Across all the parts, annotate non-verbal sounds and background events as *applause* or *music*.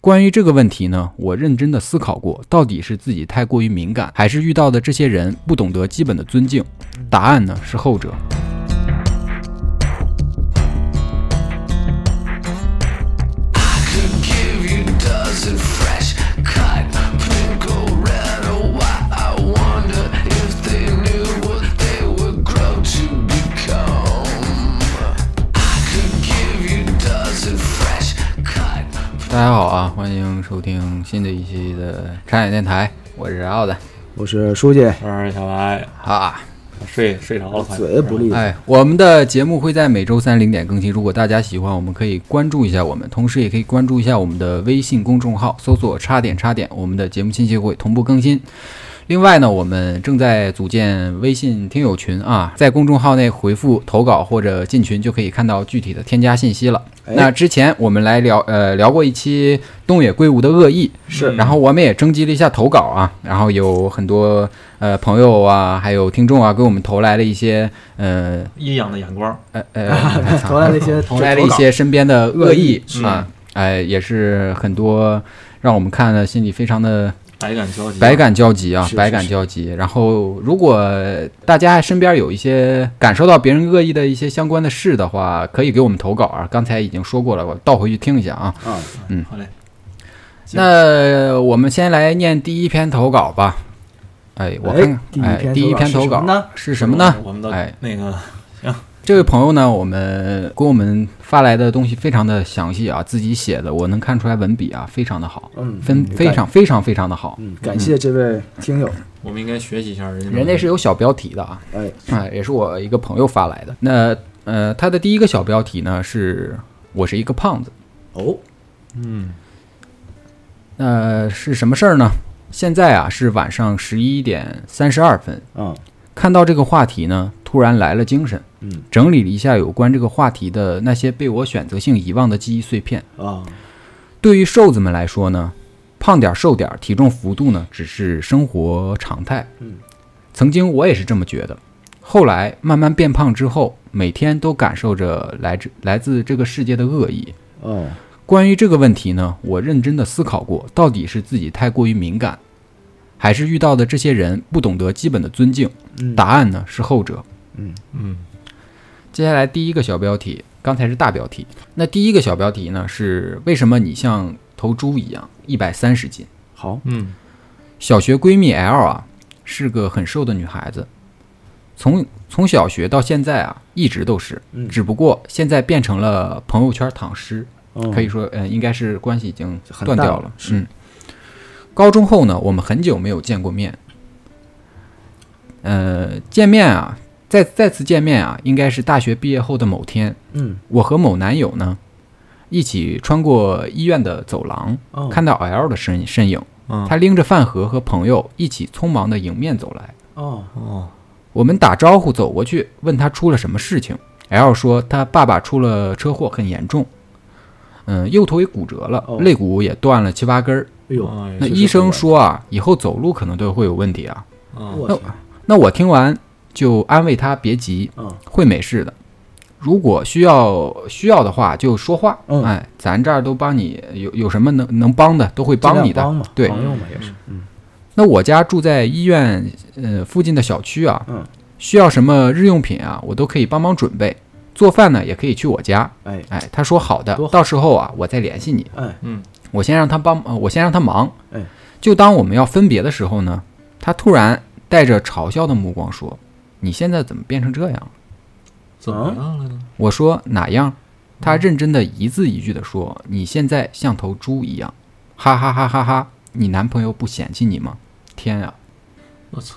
关于这个问题呢，我认真的思考过，到底是自己太过于敏感，还是遇到的这些人不懂得基本的尊敬？答案呢是后者。大家好啊，欢迎收听新的一期的茶点电台，我是奥的我是书记，我是小白，啊。睡睡着了，快嘴不嗯利，哎，我们的节目会在每周三零点更新。如果大家喜欢，我们可以关注一下我们，同时也可以关注一下我们的微信公众号，搜索“差点差点”，我们的节目信息会同步更新。另外呢，我们正在组建微信听友群啊，在公众号内回复投稿或者进群，就可以看到具体的添加信息了。哎那之前我们来聊呃聊过一期东野圭吾的恶意，嗯是然后我们也征集了一下投稿啊，然后有很多呃朋友啊，还有听众啊，给我们投来了一些呃异样的眼光，呃呃投来了一些投来了一些身边的恶意是啊，哎，也是很多让我们看了心里非常的百感交集，百感交集啊是，是百感交集。然后，如果大家身边有一些感受到别人恶意的一些相关的事的话，可以给我们投稿啊。刚才已经说过了，我倒回去听一下啊。啊，好嘞，行那我们先来念第一篇投稿吧。哎，我看看，哎第哎，第一一篇篇投投稿稿是什我么们呢？我们的哎那个这位朋友呢，我们给我们发来的东西非常的详细啊，自己写的，我能看出来文笔啊非常的好，嗯，分非常非常非常的好，嗯，感谢这位听友，我们应该学习一下人家人家是有小标题的啊，嗯哎，啊，也是我一个朋友发来的。那呃，他的第一个小标题呢是“我是一个胖子”，哦，嗯那、是什么事儿呢？现在啊是晚上十一点三十二分，啊，看到这个话题呢，突然来了精神，嗯整理了一下有关这个话题的那些被我选择性遗忘的记忆碎片。啊，对于瘦子们来说呢，胖点儿瘦点儿，体重幅度呢只是生活常态。嗯，曾经我也是这么觉得，后来慢慢变胖之后，每天都感受着来自来自这个世界的恶意。哦，关于这个问题呢，我认真的思考过，到底是自己太过于敏感，还是遇到的这些人不懂得基本的尊敬？嗯答案呢是后者。嗯，接下来第一个小标题，刚才是大标题，那第一个小标题呢是为什么你像头猪一样一百三十斤？好，嗯小学闺蜜 L 啊，是个很瘦的女孩子，从从小学到现在啊，一直都是，嗯，只不过现在变成了朋友圈躺尸，哦可以说，嗯、应该是关系已经很断淡掉了了。是嗯，高中后呢，我们很久没有见过面，呃，见面啊，再再次见面啊，应该是大学毕业后的某天，嗯，我和某男友呢，一起穿过医院的走廊，嗯哦，看到 L 的身身影。嗯，他拎着饭盒和朋友一起匆忙地迎面走来。哦，哦，我们打招呼走过去，问他出了什么事情。L 说他爸爸出了车祸，很严重，嗯，右腿骨折了哦，肋骨也断了七八根儿。哎呦，哎那呀是医生说啊，以后走路可能都会有问题啊。嗯我天，那我听完就安慰他别急，啊，会没事的。如果需要需要的话就说话，嗯哎，咱这儿都帮你有有什么能能帮的都会帮你尽量的帮嘛，，对，朋友嘛也是，嗯，那我家住在医院呃附近的小区啊，嗯需要什么日用品啊，我都可以帮忙准备。做饭呢，也可以去我家。哎，哎，他说好的多，好到时候啊，我再联系你。哎，嗯我先让他帮，呃我先让他忙。哎，就当我们要分别的时候呢，他突然带着嘲笑的目光说：“你现在怎么变成这样了怎么样了嗯呢？？”我说：“哪样？”他认真的一字一句的说：“你现在像头猪一样。”哈哈哈哈哈！你男朋友不嫌弃你吗？天啊！我操，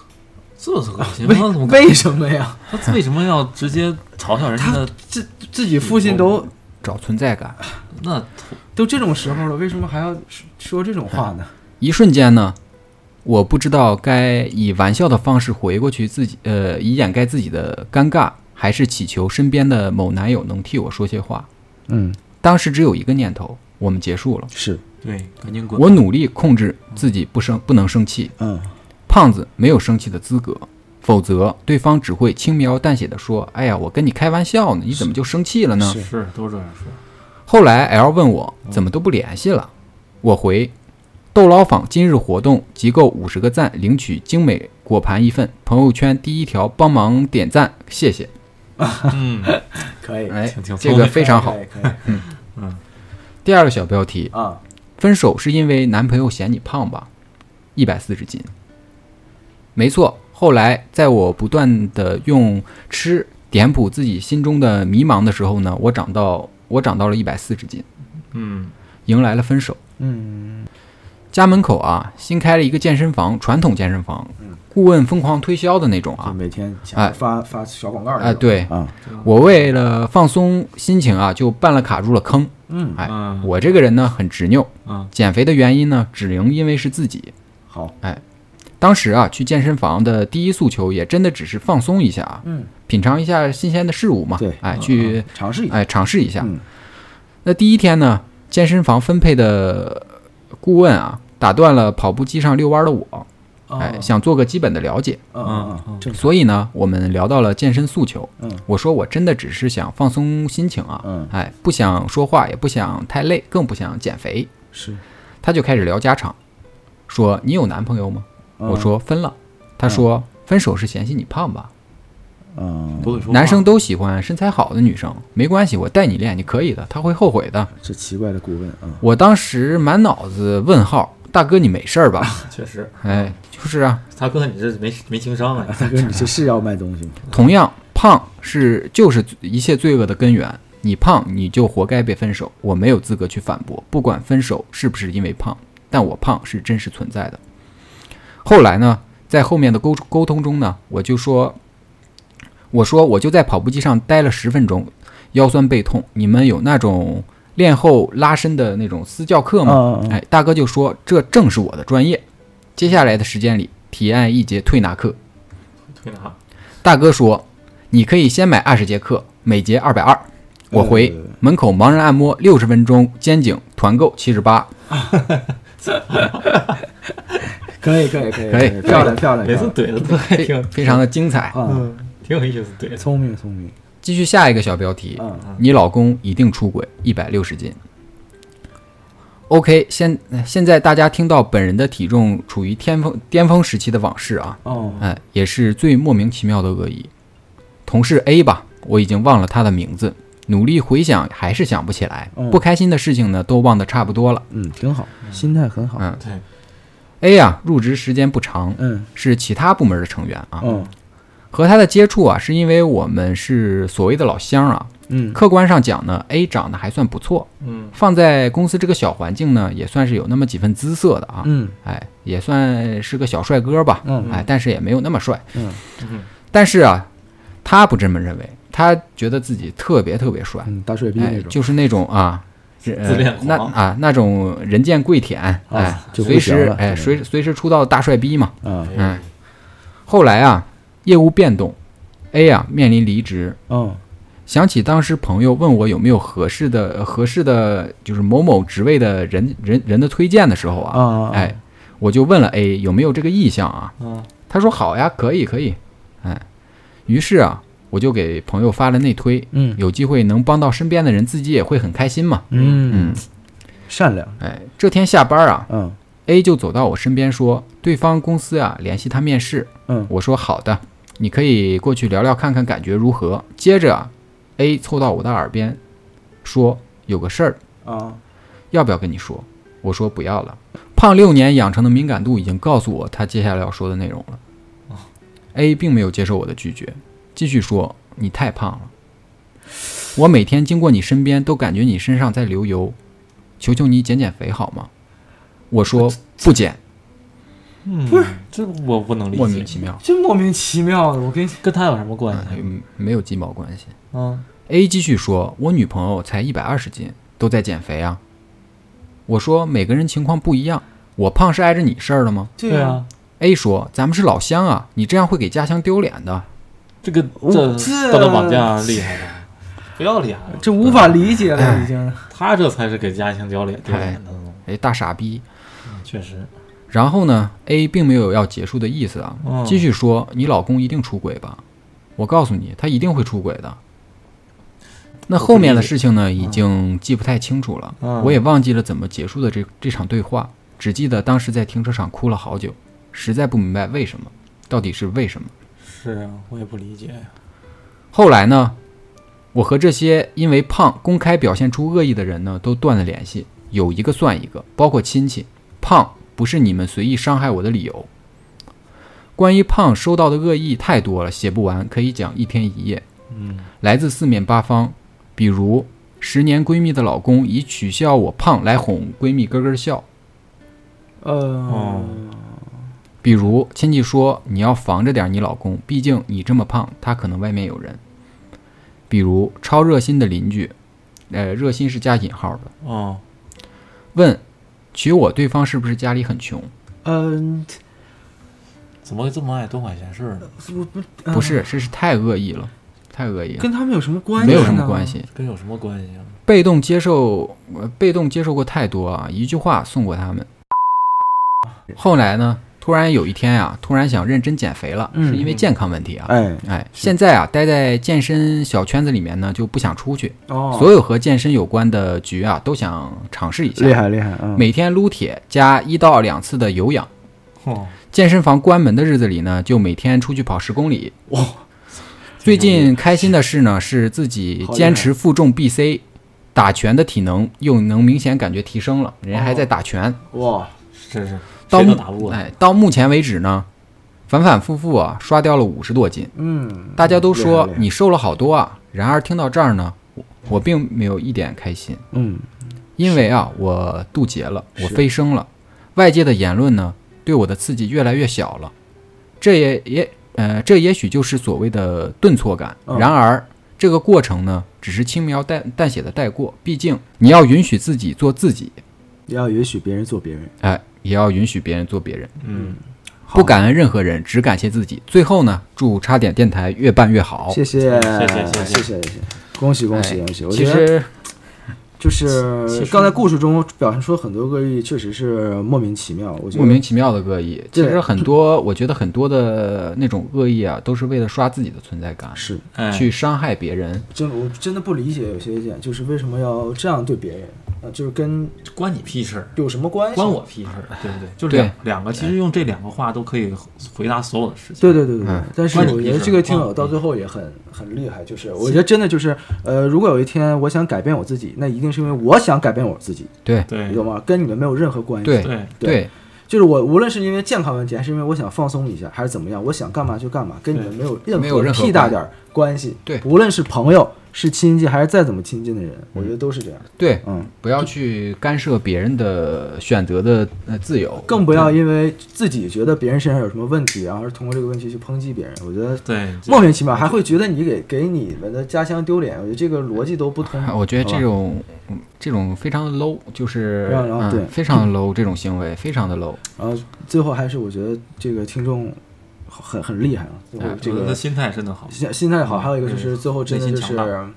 这是恶心，他嗯怎么为什么呀？他为什么要直接嘲笑人家的？这自己父亲都嗯找存在感。那都这种时候了，为什么还要说说这种话呢？一瞬间呢，我不知道该以玩笑的方式回过去自己，呃，以掩盖自己的尴尬，还是祈求身边的某男友能替我说些话。嗯，当时只有一个念头：我们结束了。是，对，赶紧滚！我努力控制自己不生，不能生气。嗯，胖子没有生气的资格，否则对方只会轻描淡写的说：“哎呀，我跟你开玩笑呢，你怎么就生气了呢是是都这样说，？”后来 L 问我怎么都不联系了，我回，豆捞坊今日活动集够五十个赞，领取精美果盘一份。朋友圈第一条，帮忙点赞，谢谢。嗯，可以，哎挺挺，这聪个明非常好可。以，可以可以第二个小标题：啊，分手是因为男朋友嫌你胖吧？一百四十斤。没错，后来在我不断的用吃点补自己心中的迷茫的时候呢，我长到我长到了一百四十斤，嗯，迎来了分手。嗯，家门口啊，新开了一个健身房，传统健身房嗯，顾问疯狂推销的那种就啊。每天想哎发发小广告啊，对啊，我为了放松心情啊，就办了卡住了坑。嗯，哎嗯我这个人呢很执拗，嗯减肥的原因呢，只能因为是自己。好，当时啊，去健身房的第一诉求也真的只是放松一下啊，嗯，品尝一下新鲜的事物嘛对。哎，嗯去尝试一下，哎尝试一下。嗯那第一天呢，健身房分配的顾问啊，打断了跑步机上遛弯的我，哦哎，想做个基本的了解。嗯嗯嗯嗯，正常，所以呢，我们聊到了健身诉求。嗯我说我真的只是想放松心情啊，嗯哎，不想说话，也不想太累，更不想减肥。是，他就开始聊家常，说你有男朋友吗？嗯我，说分了。他说分手是嫌弃你胖吧？嗯，不会说话男生都喜欢身材好的女生，没关系，我带你练，你可以的，他会后悔的。这奇怪的顾问啊，我当时满脑子问号，大哥你没事儿 *laughs* 吧？确实，哎，就是啊，大哥你这没没情商啊！大哥， *laughs* 你这是要卖东西吗？同样，胖是就是一切罪恶的根源。你胖，你就活该被分手。我没有资格去反驳，不管分手是不是因为胖，但我胖是真实存在的。后来呢，在后面的沟沟通中呢，我就说，我说我就在跑步机上待了十分钟，腰酸背痛。你们有那种练后拉伸的那种私教课吗？嗯嗯嗯哎，大哥就说这正是我的专业。接下来的时间里，体验一节推拿课。推拿，大哥说：“你可以先买二十节课，每节二百二。”我回呃门口盲人按摩六十分钟，肩颈团购七十八。可以可以可以可以漂亮漂亮，每次漂亮怼的都还非挺哎非常的精彩。啊，嗯，挺有意思，怼的。聪明聪明，继续下一个小标题：嗯你老公一定出轨，一百六十斤。OK，现现在大家听到本人的体重处于巅峰巅峰时期的往事啊，哦，哎，也是最莫名其妙的恶意。同事 A 吧，我已经忘了他的名字，努力回想还是想不起来嗯，不开心的事情呢都忘得差不多了。嗯，挺好，心态很好，嗯对， A 呀、入职时间不长，嗯是其他部门的成员啊。嗯和他的接触啊，是因为我们是所谓的老乡啊。嗯客观上讲呢，A 长得还算不错，嗯放在公司这个小环境呢，也算是有那么几分姿色的啊。嗯哎，也算是个小帅哥吧。嗯哎，但是也没有那么帅。嗯嗯，但是啊，他不这么认为，他觉得自己特别特别帅，嗯，大水逼哎那，种，就是那种啊。自自恋狂那啊，那种人见跪舔，哎，啊就随跪降时了嗯哎，是吧随随时出道的大帅逼嘛，啊嗯，后来啊，业务变动，A 啊面临离职，嗯想起当时朋友问我有没有合适的合适的就是某某职位的人人人的推荐的时候啊，啊，哎，我就问了 A 有没有这个意向啊，嗯他说好呀，可以可以，哎，于是啊，我就给朋友发了内推，嗯有机会能帮到身边的人，自己也会很开心嘛，嗯嗯，善良，哎，这天下班啊嗯，A 就走到我身边说，对方公司啊联系他面试，嗯我说好的，你可以过去聊聊看看感觉如何。接着啊，A 凑到我的耳边说有个事儿啊，要不要跟你说？我说不要了。胖六年养成的敏感度已经告诉我他接下来要说的内容了。A 并没有接受我的拒绝，继续说你太胖了，我每天经过你身边都感觉你身上在流油，求求你减减肥好吗？我说不减，嗯，不是，这我不能理解，莫名其妙，真莫名其妙的，我跟你跟他有什么关系？嗯，没有鸡毛关系。嗯 A 继续说：“我女朋友才一百二十斤，都在减肥啊。”我说：“每个人情况不一样，我胖是碍着你事儿了吗对，啊， ？”A 说：“咱们是老乡啊，你这样会给家乡丢脸的。这个我这这道德绑架厉害了，不要脸了，这无法理解了，已经，他这才是给家庭丢脸丢脸的，”哎，大傻逼。哎嗯确实，然后呢，A 并没有要结束的意思啊，嗯继续说：“你老公一定出轨吧？我告诉你，他一定会出轨的。那后面的事情呢，已经记不太清楚了，嗯我也忘记了怎么结束的这这场对话，只记得当时在停车场哭了好久，实在不明白为什么，到底是为什么。是啊，我也不理解呀。后来呢，我和这些因为胖公开表现出恶意的人呢，都断了联系，有一个算一个，包括亲戚。胖不是你们随意伤害我的理由。关于胖收到的恶意太多了，写不完，可以讲一天一夜。嗯，来自四面八方，比如十年闺蜜的老公以取笑我胖来哄闺蜜咯咯笑，呃哦，比如亲戚说你要防着点你老公，毕竟你这么胖，他可能外面有人。比如超热心的邻居，呃，热心是加引号的，嗯哦，问娶我对方是不是家里很穷？嗯，怎么这么爱多管闲事呢？呃我不不，是，这是太恶意了，太恶意呃了，嗯跟他们有什么关系？啊没有什么关。系。跟有什么关系啊？被动接受，呃，被动接受过太多啊，一句话送过他们。后来呢，突然有一天啊，突然想认真减肥了，嗯是因为健康问题啊。哎，哎，现在啊，待在健身小圈子里面呢，就不想出去，哦，所有和健身有关的局啊，都想尝试一厉下。害厉害啊！嗯每天撸铁加一到两次的有氧。哦，健身房关门的日子里呢，就每天出去跑十公里。最近开心的事呢，是自己坚持负重 BC，打拳的体能又能明显感觉提升了，人家还在打拳。哇，真是到谁目都打不哦啊过。哎，到目前为止呢，反反复复啊，刷掉了五十多斤。嗯，大家都说厉害厉害你瘦了好多啊，然而听到这儿呢，我我并没有一点开心，嗯，因为啊，我渡劫了，我飞升了，外界的言论呢，对我的刺激越来越小了，这也也呃，这也许就是所谓的顿挫感。嗯然而，这个过程呢，只是轻描淡淡写的带过，毕竟你要允许自己做自己，要允许别人做别人，哎、也要允许别人做别人，嗯，不感恩任何人，只感谢自己。最后呢，祝差点电台越办越好。谢谢谢谢谢谢谢谢谢谢，恭喜恭喜哎恭喜！我其觉得实，就是其实刚才故事中表现出很多恶意，确实是莫名其妙。我觉莫得名其妙的恶意，其实对很多，我觉得很多的那种恶意啊，都是为了刷自己的存在感，是哎，嗯去伤害别人。真我真的不理解有些意见，就是为什么要这样对别人啊？就是跟关你屁事儿。有什么关系？关我屁事儿，对不对？就对两两个，其实用这两个话都可以回答所有的事情。对对对对，对嗯但是关你我屁觉得事这儿个听关友我到屁最后也很很厉害，就是我觉得真的就是，呃，如果有一天我想改变我自己，那一定是因为我想改变我自己，对对你懂吗？跟你们没有任何关系。对对对，就是我无论是因为健康问题，还是因为我想放松一下，还是怎么样，我想干嘛就干嘛，跟你们没有任没有任何屁大点儿关系。对无论是朋友、是亲戚，还是再怎么亲近的人，嗯我觉得都是这样。对，嗯，不要去干涉别人的选择的呃自由。更不要因为自己觉得别人身上有什么问题，然后通过这个问题去抨击别人。我觉得对，莫名其妙，还会觉得你给给你们的家乡丢脸，我觉得这个逻辑都不通啊。我觉得这好吧种嗯这种非常的 low，就是非常 low，对嗯，非常的 low，这种行为非常的 low。然后最后还是我觉得这个听众很很厉害啊，最后哎这我个觉得心态真的好。心心态好，还有一个就是对最后真的就嗯内是心强，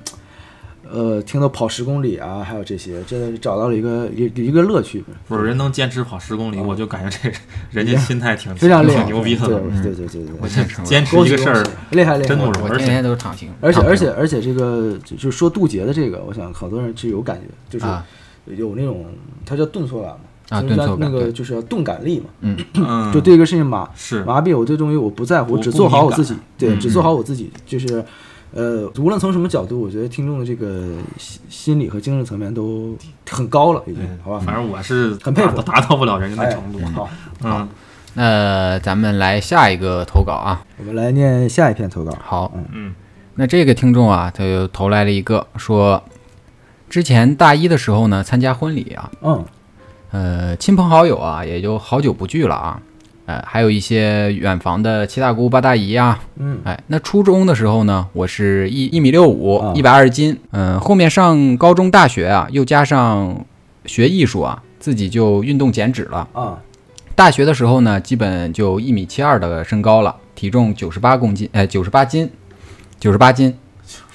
呃，听到跑十公里啊，还有这些，真的是找到了一个一一个乐趣，不是人能坚持跑十公里，我就感觉这人家心态挺嗯非常厉害，挺牛逼对的。对对对对我对，现成了，坚持恭一喜个事儿恭喜，厉害厉害真。不我容易我而且天天都是躺平，而且躺平而且而且，这个就就是说渡劫的这个，我想好多人就有感觉，就是啊有那种，它叫顿挫感嘛，啊就是顿挫那感，个对，就是要钝感力嘛，嗯，嗯，就对一个事情麻是麻痹我对这东西我不在乎，我我只不做好我敏自感己，对，嗯只做好我自己，就是，呃，无论从什么角度，我觉得听众的这个心心理和精神层面都很高了，已经对，，好吧，反正我是很佩服达达到不了人家的程度。哎好，嗯，那咱们来下一个投稿啊。我们来念下一篇投稿，好，嗯，那这个听众啊，他又投来了一个说，之前大一的时候呢，参加婚礼啊，嗯，呃，亲朋好友啊，也就好久不聚了啊，呃，还有一些远房的七大姑八大姨啊，嗯，哎，那初中的时候呢，我是一一米六五啊，一百二十斤，嗯、后面上高中、大学啊，又加上学艺术啊，自己就运动减脂了。啊，大学的时候呢，基本就一米七二的身高了，体重九十八公斤，哎，九十八斤，九十八斤，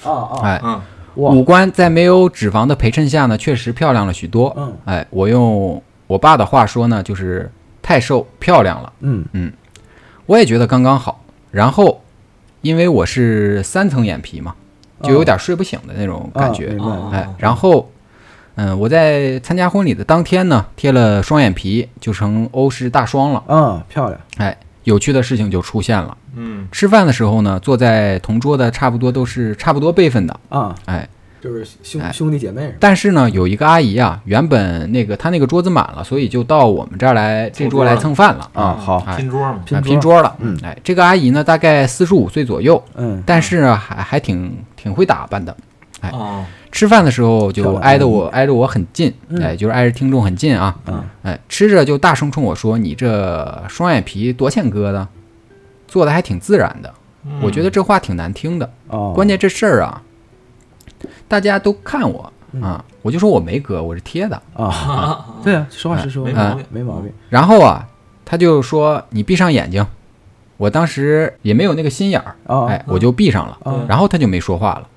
啊啊，哎，嗯，哇，五官在没有脂肪的陪衬下呢，确实漂亮了许多。嗯哎，我用我爸的话说呢，就是太瘦漂亮了。嗯我也觉得刚刚好。然后，因为我是三层眼皮嘛，就有点睡不醒的那种感觉。嗯啊明白哦哎，然后，嗯，我在参加婚礼的当天呢，贴了双眼皮，就成欧式大双了。啊，漂亮，哎，有趣的事情就出现了。嗯，吃饭的时候呢，坐在同桌的差不多都是差不多辈分的。啊，哎，就是兄哎兄弟姐妹是吧但是呢，有一个阿姨啊，原本那个她那个桌子满了，所以就到我们这儿来这桌来蹭饭了，啊，好，哎拼桌嘛，啊拼拼桌，桌了。嗯哎，这个阿姨呢，大概四十五岁左右，嗯，但是呢，还还挺挺会打扮的。哎啊，吃饭的时候漂就亮挨得我挨着我很近，嗯哎，就是挨着听众很近啊。嗯哎，吃着就大声冲我说：“你这双眼皮多欠疙瘩，做的还挺自然的。”嗯我觉得这话挺难听的。哦，关键这事儿啊，大家都看我嗯啊，我就说我没割，我是贴的。啊， *laughs* 啊，对啊，哎实话实说，没毛病，没毛病，然后啊，他就说：“你闭上眼睛。”我当时也没有那个心眼儿，啊，哎，我就闭上了。嗯啊，然后他就没说话了，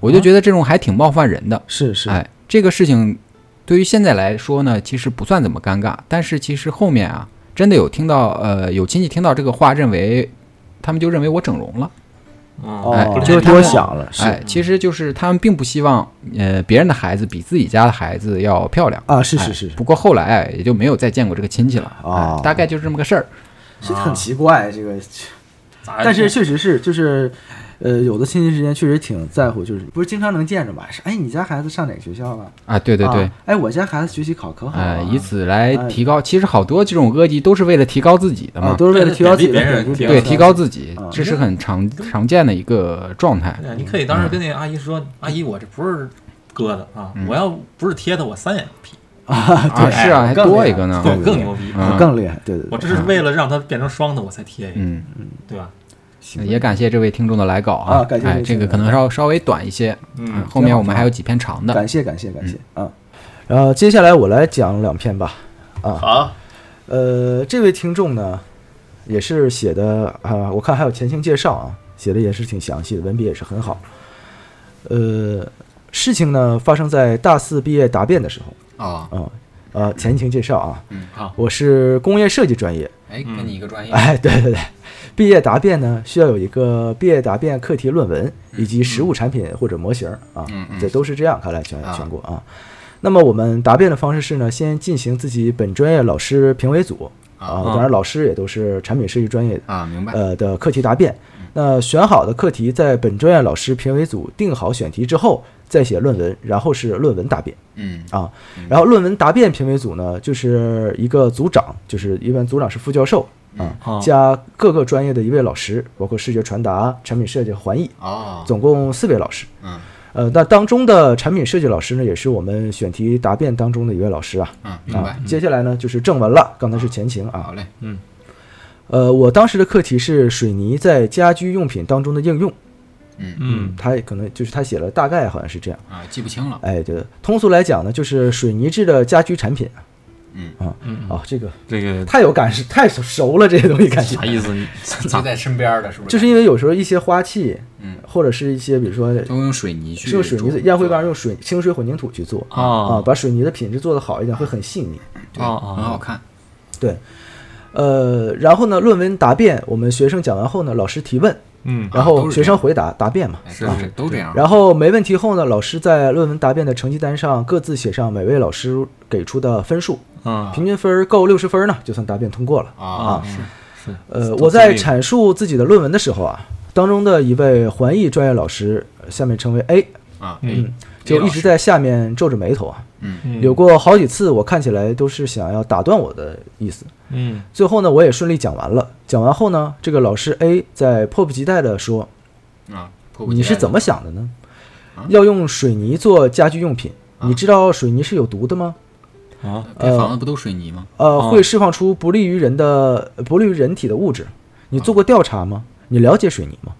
我就觉得这种还挺冒犯人的。是哦是，哎，这个事情对于现在来说呢，其实不算怎么尴尬，但是其实后面啊，真的有听到呃有亲戚听到这个话，认为他们就认为我整容了，哎嗯哦，就是他多们想了，是哎，其实就是他们并不希望呃别人的孩子比自己家的孩子要漂亮。啊，是哎是是，不过后来哎也就没有再见过这个亲戚了哦哎大概就是这么个事儿。这很奇怪，这个，但是确实是，就是，呃，有的亲戚之间确实挺在乎，就是不是经常能见着吧？是，哎，你家孩子上哪个学校了？啊，对对对啊，，哎，我家孩子学习考可好啊呃了，以此来提高，其实好多这种恶意都是为了提高自己的啊，嘛，都是为了提高自己的对对贬低对对，贬提高自己啊，这是很常常见的一个状态。哎你可以当时跟那个阿姨说：“阿姨，我这不是割的啊，我要不是贴的，我三眼皮，啊，是啊，还更多厉一害个呢。哎对我更牛逼。嗯啊更厉害，对对我对，这是为了让它变成双的，我才贴一个，嗯，对吧？也感谢这位听众的来稿啊感谢哎，这位这听个众可能稍稍微短一些，嗯，嗯后面我们还有几篇长的。感谢感谢感谢啊。然后接下来我来讲两篇吧，啊，好，呃，这位听众呢，也是写的啊、我看还有前情介绍啊，写的也是挺详细的，文笔也是很好。呃，事情呢发生在大四毕业答辩的时候啊，啊，呃，前情介绍啊，嗯，好，我是工业设计专业，哎，嗯跟你一个专业， *laughs* 哎，对对对，毕业答辩呢需要有一个毕业答辩课题论文以及实物产品或者模型儿啊嗯嗯，这都是这样，看来全啊全国啊。那么我们答辩的方式是呢，先进行自己本专业老师评委组啊，当然老师也都是产品设计专业的啊，明白，嗯呃的课题答辩。那选好的课题，在本专业老师评委组定好选题之后，再写论文，然后是论文答辩。嗯啊，然后论文答辩评委组呢，就是一个组长，就是一般组长是副教授啊嗯哦，加各个专业的一位老师，包括视觉传达、产品设计、环艺，哦，总共四位老师。嗯呃，那当中的产品设计老师呢，也是我们选题答辩当中的一位老师啊。嗯，明啊白，，接下来呢就是正文了，刚才是前情啊好。嘞，嗯，呃，我当时的课题是水泥在家居用品当中的应用。嗯他也可能就是他写了大概好像是这样。啊，记不清 *laughs* 了，哎，对，通俗来讲呢，就是水泥制的家居产品。嗯啊嗯啊，这个这个太有感是太熟了，这些东西感觉啥意思？你就在身边的，是不？*laughs* 就是是因为有时候一些花器，嗯，或者是一些比如说都用水泥去用水泥的做烟灰缸用水清水混凝土去做啊，哦把水泥的品质做得好一点，会很细腻。对哦哦很好看，对，呃，然后呢，论文答辩，我们学生讲完后呢，老师提问，嗯然啊都后是学这样生回答答辩嘛，啊哎是都是都这样，然后没问题后呢，老师在论文答辩的成绩单上各自写上每位老师给出的分数，嗯平均分儿够六十分呢，就算答辩通过了。啊，是呃，都我在自律阐述自己的论文的时候啊，当中的一位环艺专业老师，呃下面称为 A，啊，嗯就一直在下面皱着眉头啊。嗯有过好几次，我看起来都是想要打断我的意思。嗯最后呢，我也顺利讲完了。讲完后呢，这个老师 A 在迫不及待地说啊，迫：“不及嗯你是待啊怎了么想的呢？要用水泥做家居用品，啊你知道水泥是有毒的吗？啊呃盖房子不都水泥吗？呃，哦会释放出不利于人的、呃不利于人体的物质。你做过调查吗？你了解水泥吗？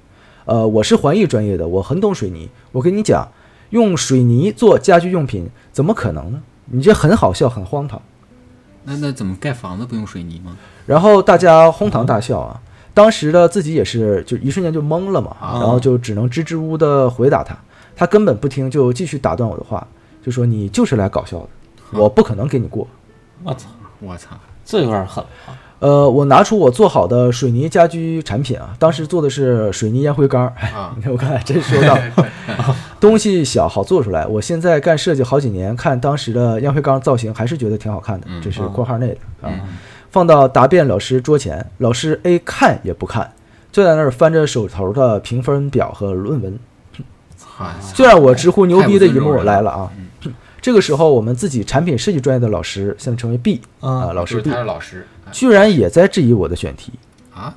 呃，我是环艺专业的，我很懂水泥。我跟你讲，用水泥做家居用品怎么可能呢？你这很好笑，很荒唐。那那怎么盖房子不用水泥吗？然后大家哄堂大笑啊。当时的自己也是，就一瞬间就懵了嘛，啊然后就只能支支吾吾的回答他。他根本不听，就继续打断我的话，就说啊你就是来搞笑的，我不可能给你过。我操，我操，这有点狠了呃，我拿出我做好的水泥家居产品啊，当时做的是水泥烟灰缸儿。啊 *laughs* 你看我刚才真说到， *laughs* 啊东西小好做出来。我现在干设计好几年，看当时的烟灰缸造型，还是觉得挺好看嗯的。这是括号内的啊。放到答辩老师桌前，老师 A 看也不看，就在那儿翻着手头的评分表和论文。操，最让我直呼牛逼的一幕啊太不尊重人了嗯来了啊！ *clears throat* 这个时候，我们自己产品设计专业的老师，现在成为 B 啊，老师就是 B 他是老师居然也在质疑我的选题。啊，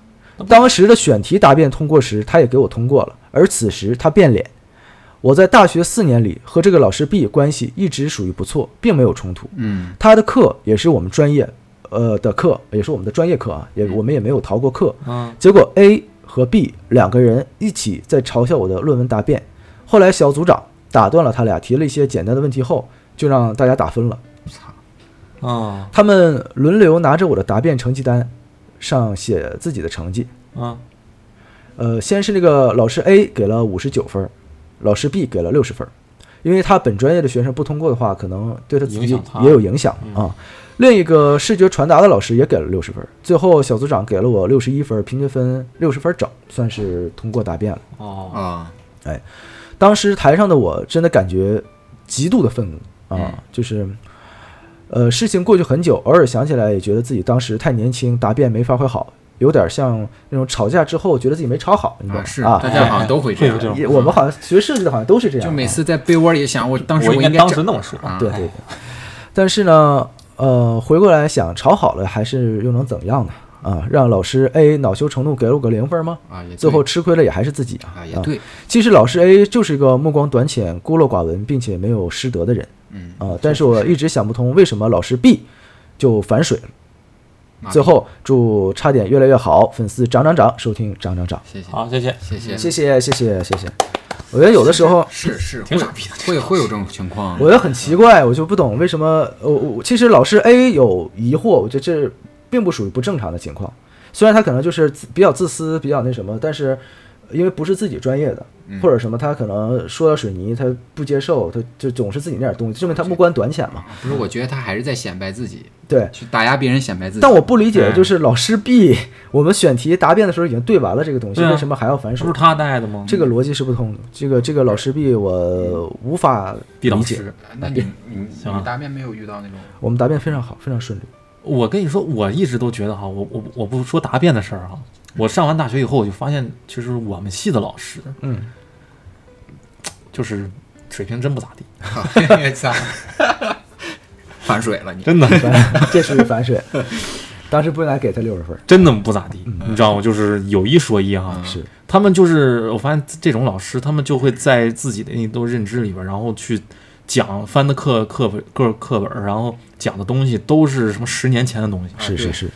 当时的选题答辩通过时，他也给我通过了，而此时他变脸。我在大学四年里和这个老师 B 关系一直属于不错，并没有冲突。嗯他的课也是我们专业，呃的课，也是我们的专业课啊，也我们也没有逃过课。嗯，结果 A 和 B 两个人一起在嘲笑我的论文答辩。后来小组长打断了他俩，提了一些简单的问题后，就让大家打分了。啊他们轮流拿着我的答辩成绩单上写自己的成绩。啊呃，先是那个老师 A 给了五十九分儿，老师 B 给了六十分儿，因为他本专业的学生不通过的话，可能对他自影己响他也有影响嗯啊。另一个视觉传达的老师也给了六十分儿，最后小组长给了我六十一分儿，平均分六十分儿整，算是通过答辩了。哦，啊，当时台上的我真的感觉极度的愤怒嗯啊，就是，呃，事情过去很久，偶尔想起来也觉得自己当时太年轻，答辩没发挥好，有点像那种吵架之后觉得自己没吵好，你懂啊是啊大家好像都会这样会有这，种也我们好像学设计的，好像都是这样，啊就每次在被窝里想，我当时我应应该该当这时那么说，啊，对对对。但是呢，呃，回过来想，吵好了还是又能怎么样呢？啊，让老师 A 恼羞成怒给了我个零分吗？啊，也对最后吃亏了也还是自己啊。啊也对，其实老师 A 就是一个目光短浅、孤陋寡闻，并且没有师德的人嗯，啊。但是我一直想不通，为什么老师 B 就反水了。那最后祝差点越来越好，粉丝涨涨涨，收听涨涨涨，谢谢好，谢谢。谢谢谢谢谢谢谢谢。我觉得有的时候是是挺会傻逼的会会有这种情况我，觉得很奇怪，我就不懂为什么我我其实老师 A 有疑惑，我觉得这并不属于不正常的情况。虽然他可能就是自比较自私，比较那什么，但是因为不是自己专业的，或者什么，他可能说到水泥，他不接受，他就总是自己那点东西，证明他目光短浅嘛。不是，我觉得他还是在显摆自己，对，去打压别人显摆自己，但我不理解，就是老师 B，我们选题答辩的时候已经对完了这个东西，对啊为什么还要反是手不？是他带的吗？这个逻辑是不通的。这个这个老师 B 我无法毕老理解。师，那你你你行啊答辩没有遇到那种我们答辩非常好，非常顺利。我跟你说，我一直都觉得哈，我我我不说答辩的事儿哈，我上完大学以后，我就发现，其实我们系的老师嗯。就是水平真不咋地，反水了你？真的 *laughs* 这属于反水。当时不应该给他六十分儿， *laughs* 真的不咋地，你知道吗？就是有一说一嗯哈，是他们就是我发现这种老师，他们就会在自己的那都认知里边，然后去讲翻的课课本各课本，然后讲的东西都是什么十年前的东西，是对是是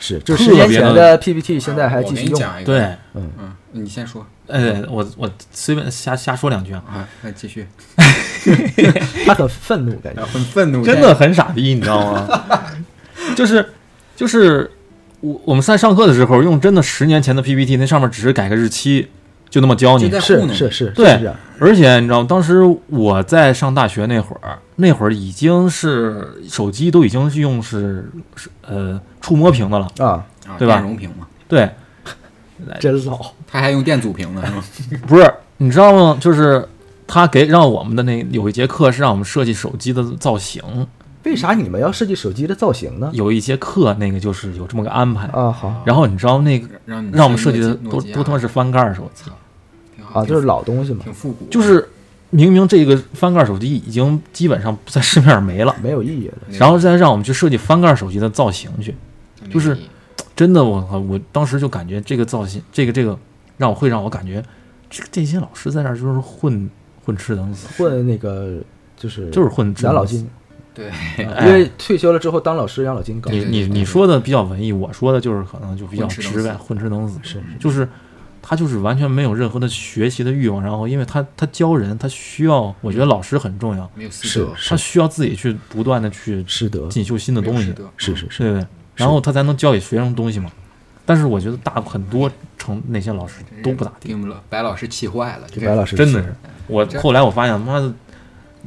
是，就特十年别前的的 PPT，现在还继续啊我给你用。讲一个，对，嗯，你先说呃，我我随便瞎瞎说两句啊，啊，那继续，他很愤怒，感觉很愤怒，真的很傻逼，你知道吗？ *laughs* 就是就是我我们在上课的时候用真的十年前的 PPT，那上面只是改个日期，就那么教就你在。是糊弄你，是是，对是这样。而且你知道，当时我在上大学那会儿，那会儿已经是手机都已经是用是是呃触摸屏的了，啊，啊，对吧电容屏嘛，对，真老，他还用电阻屏呢，是吗？不是，你知道吗？就是他给让我们的那有一节课是让我们设计手机的造型，为啥你们要设计手机的造型呢？有一节课那个就是有这么个安排。啊，好然后你知道那个让你让我们设计的诺基都诺基亚都他妈是翻盖儿手机，挺好啊，就是老东西嘛，挺复古，就是明明这个翻盖儿手机已经基本上在市面上没了，没有意义的。那个然后再让我们去设计翻盖儿手机的造型去，就是真的我靠，我当时就感觉这个造型，这个这个让我会让我感觉这这些老师在这儿就是混混吃等死，混那个就是就是混吃养等老死金，啊对，因为退休了之后当老师养老金高。你对你对你说的比较文艺，我说的就是可能就比较混吃等直白，死混吃等死，是就是他就是完全没有任何的学习的欲望，然后因为他他教人，他需要，我觉得老师很重要，没有私是德，他需要自己去不断的去师德，进修新的没有东师西，德是是是，对不对？然后他才能教给学生东西嘛。但是我觉得大很多成那些老嗯师都不咋地，给我们老白老师气坏了，给白老师真的是。我后来我发现，妈的，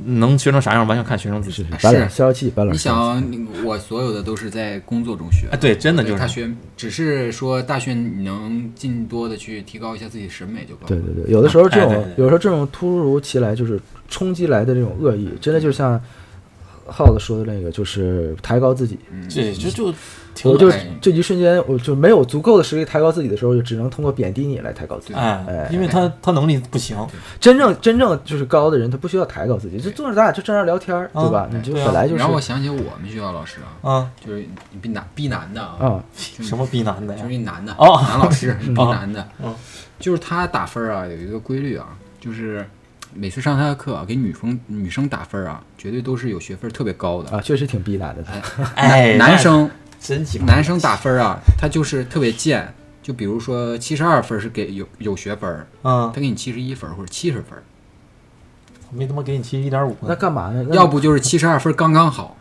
能学成啥样，完全看学生自己。白老消消气，白老你师消消气。想，你我所有的都是在工作中学啊哎，，对，真的就对大是学只是说大学你能尽多的去提高一下自己的审美就够了。对对对，有的时候这种，哎对对对有时候这种突如其来就是冲击来的这种恶意，真的就像耗子说的那个，就是抬高自己。嗯对，就就挺我就哎这一瞬间，我就没有足够的实力抬高自己的时候，就只能通过贬低你来抬高自己。哎，因为他他能力不行，真正真正就是高的人，他不需要抬高自己，就坐着咱俩就正常聊天儿，对吧？你就对啊本来就是然后我想起我们学校老师啊，啊，就是你避男避男的啊，啊，什么逼男的就呀是？一男的哦男 *laughs* 老师，一哦男的嗯，就是他打分啊有一个规律啊，就是每次上他的课啊给女生女生打分啊，绝对都是有学分特别高的。啊，确实挺逼难的。哎，男生真奇葩，男生打分啊，他就是特别贱。就比如说七十二分是给有有学分儿，嗯哦他，给你七十一分儿或者七十分儿，没他妈给你提一点五那呢，干嘛呢？那要不就是七十二分刚刚好，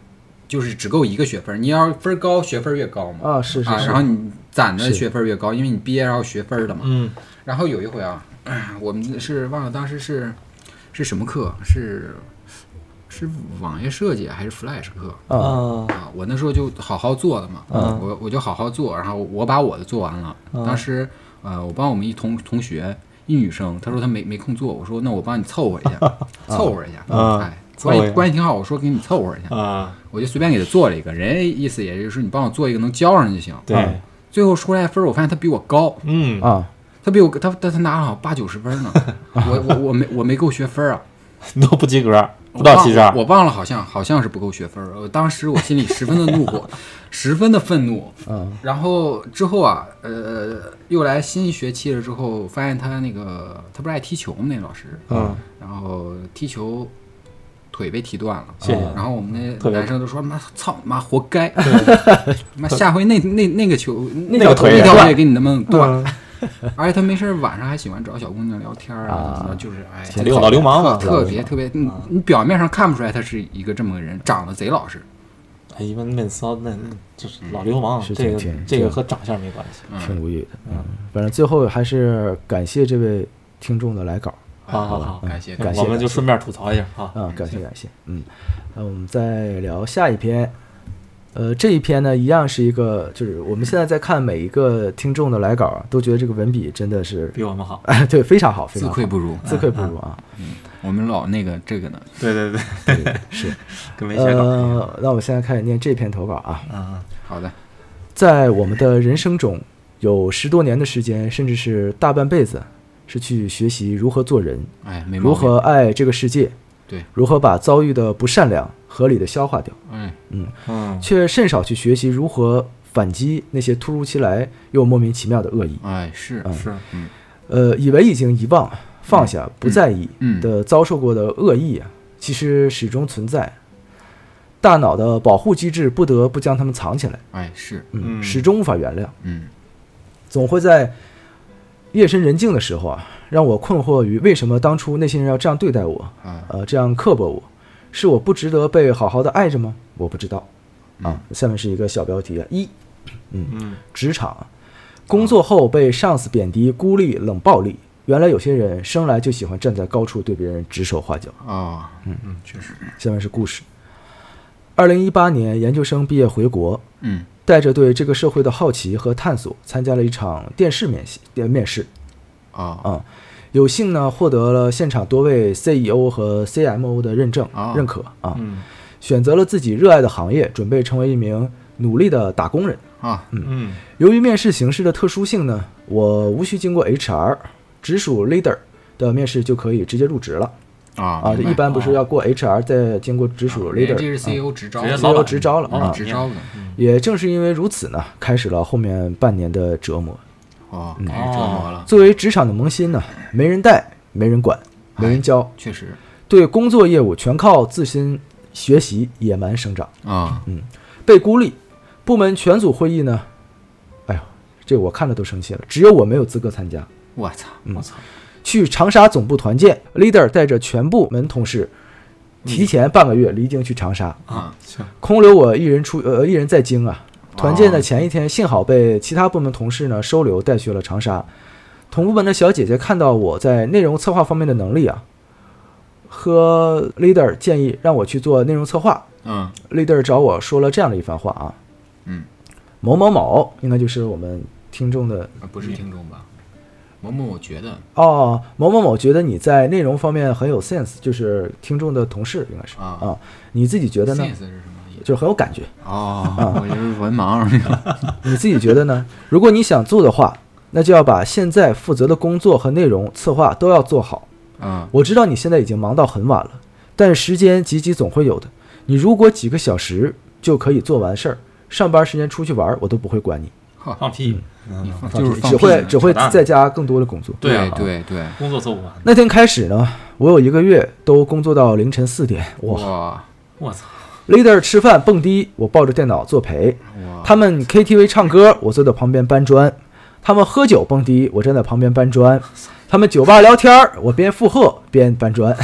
就是只够一个学分儿。你要是分儿高，学分儿越高嘛。啊，是是啊，是然后你攒的是学分儿越高，因为你毕业要学分儿的嘛。嗯，然后有一回啊， *clears throat* 唉我们是忘了当时是是什么课，是是网页设计还是 Flash 课啊啊啊？我那时候就好好做的嘛，嗯我我就好好做，然后我把我的做完了。嗯当时呃，我帮我们一同同学一女生，她说她没没空做，我说那我帮你凑合一 *laughs* 下，凑合一下，嗯哎，凑合一下关系关系挺好，我说给你凑合一下，嗯啊，我就随便给她做了一个，人家意思也就是你帮我做一个能交上就行。对，最后出来分儿，我发现他比我高，嗯，啊，他比我他他他拿了好像八九十分儿呢， *laughs* 我我我没我没够学分儿啊，你都不及格，我不到忘七十了二，我忘了好像好像是不够学分儿，我当时我心里十分的怒 *laughs* 火，十分的愤怒。嗯然后之后啊，呃，又来新学期了之后，发现他那个他不是爱踢球吗？那老师，啊嗯，然后踢球腿被踢断了，谢谢然后我们特那别男生都说妈操你妈活该， *laughs* 妈下回那那那个球那那个条腿也那条断腿给你能不能啊断？嗯而且他没事儿晚上还喜欢找小姑娘聊天儿啊啊，怎么就是哎，挺溜老流氓嘛特特别特别，你你表面上看不出来他是一个这么个人，长得贼老实，哎，一般面骚那那就是老流氓，是这挺个挺这个和长相没关系挺无语的。嗯，反正最后还是感谢这位听众的来稿。好好好，哎感谢感谢我们就顺便吐槽一下啊，啊，感谢感谢，嗯，那我们再聊下一篇，呃，这一篇呢，一样是一个，就是我们现在在看每一个听众的来稿啊，都觉得这个文笔真的是，比我们好，哎， *laughs* 对，非常好，非自常好愧，不如。自愧不如啊。我们老那个这个呢，对 *laughs* 对对，是， *laughs* 跟没写稿一样，呃，那我们现在开始念这篇投稿啊，嗯好的，在我们的人生中，有十多年的时间，甚至是大半辈子，是去学习如何做人，哎，没毛如病何爱这个世界，对，如何把遭遇的不善良合理的消化掉。哎，嗯却甚少去学习如何反击那些突如其来又莫名其妙的恶意。哎是嗯嗯，是，呃，以为已经遗忘、放下、不在意嗯的遭受过的恶意啊，其实始终存在。大脑的保护机制不得不将它们藏起来，哎是嗯，嗯始终无法原谅，嗯总会在夜深人静的时候啊，让我困惑于为什么当初那些人要这样对待我，啊呃，这样刻薄我，是我不值得被好好的爱着吗？我不知道。嗯啊，下面是一个小标题啊，一嗯职场，工作后被上司贬低、孤立、冷暴力。原来有些人生来就喜欢站在高处对别人指手画脚。哦嗯，确实，下面是故事。二零一八年研究生毕业回国，嗯带着对这个社会的好奇和探索，参加了一场电视面试。电面试哦啊、有幸呢获得了现场多位 CEO 和 CMO 的认证、啊认可啊，嗯选择了自己热爱的行业，准备成为一名努力的打工人。啊嗯由于面试形式的特殊性呢，我无需经过 HR 直属 leader 的面试就可以直接入职了啊啊。这明白一般不是要过 HR 再经过直啊属人家 leader，这是啊 CEO 直招直接的，老要板支招了老板嗯啊直招的也正是因为如此呢，开始了后面半年的折磨。哦，开始折磨了，作为职场的萌新呢，没人带，没人管，没人教，确实对工作业务全靠自身学习野蛮生长，啊被孤立。部门全组会议呢，哎呦，这我看着都生气了，只有我没有资格参加。我操，我操，去长沙总部团建，leader 带着全部门同事，提前半个月离京去长沙，嗯啊，行，空留我一人出呃一人在京啊。团建的哦前一天，幸好被其他部门同事呢收留带去了长沙。同部门的小姐姐看到我在内容策划方面的能力啊，和 leader 建议让我去做内容策划嗯 leader 找我说了这样的一番话啊，嗯，某某某应该就是我们听众的啊，不是听众吧？萌萌，我觉得哦，某某某觉得你在内容方面很有 sense，就是听众的同事应该是啊你自己觉得呢 sense？是什么意思？就很有感觉，哦，我就是文盲。你自己觉得呢？ *laughs* 如果你想做的话，那就要把现在负责的工作和内容策划都要做好。嗯我知道你现在已经忙到很晚了，但时间挤挤总会有的。你如果几个小时就可以做完事儿，上班时间出去玩儿，我都不会管你，放屁，嗯，就是放只屁会只会扯淡在家更多的工作。对啊对对，工作做不完，那天开始呢，我有一个月都工作到凌晨四点，哇哇我操， ！leader 吃饭蹦迪，我抱着电脑作陪；哇，他们 KTV 唱歌，我坐在旁边搬砖；他们喝酒蹦迪，我站在旁边搬砖；他们酒吧聊天儿，我边附和边 *laughs* 搬砖，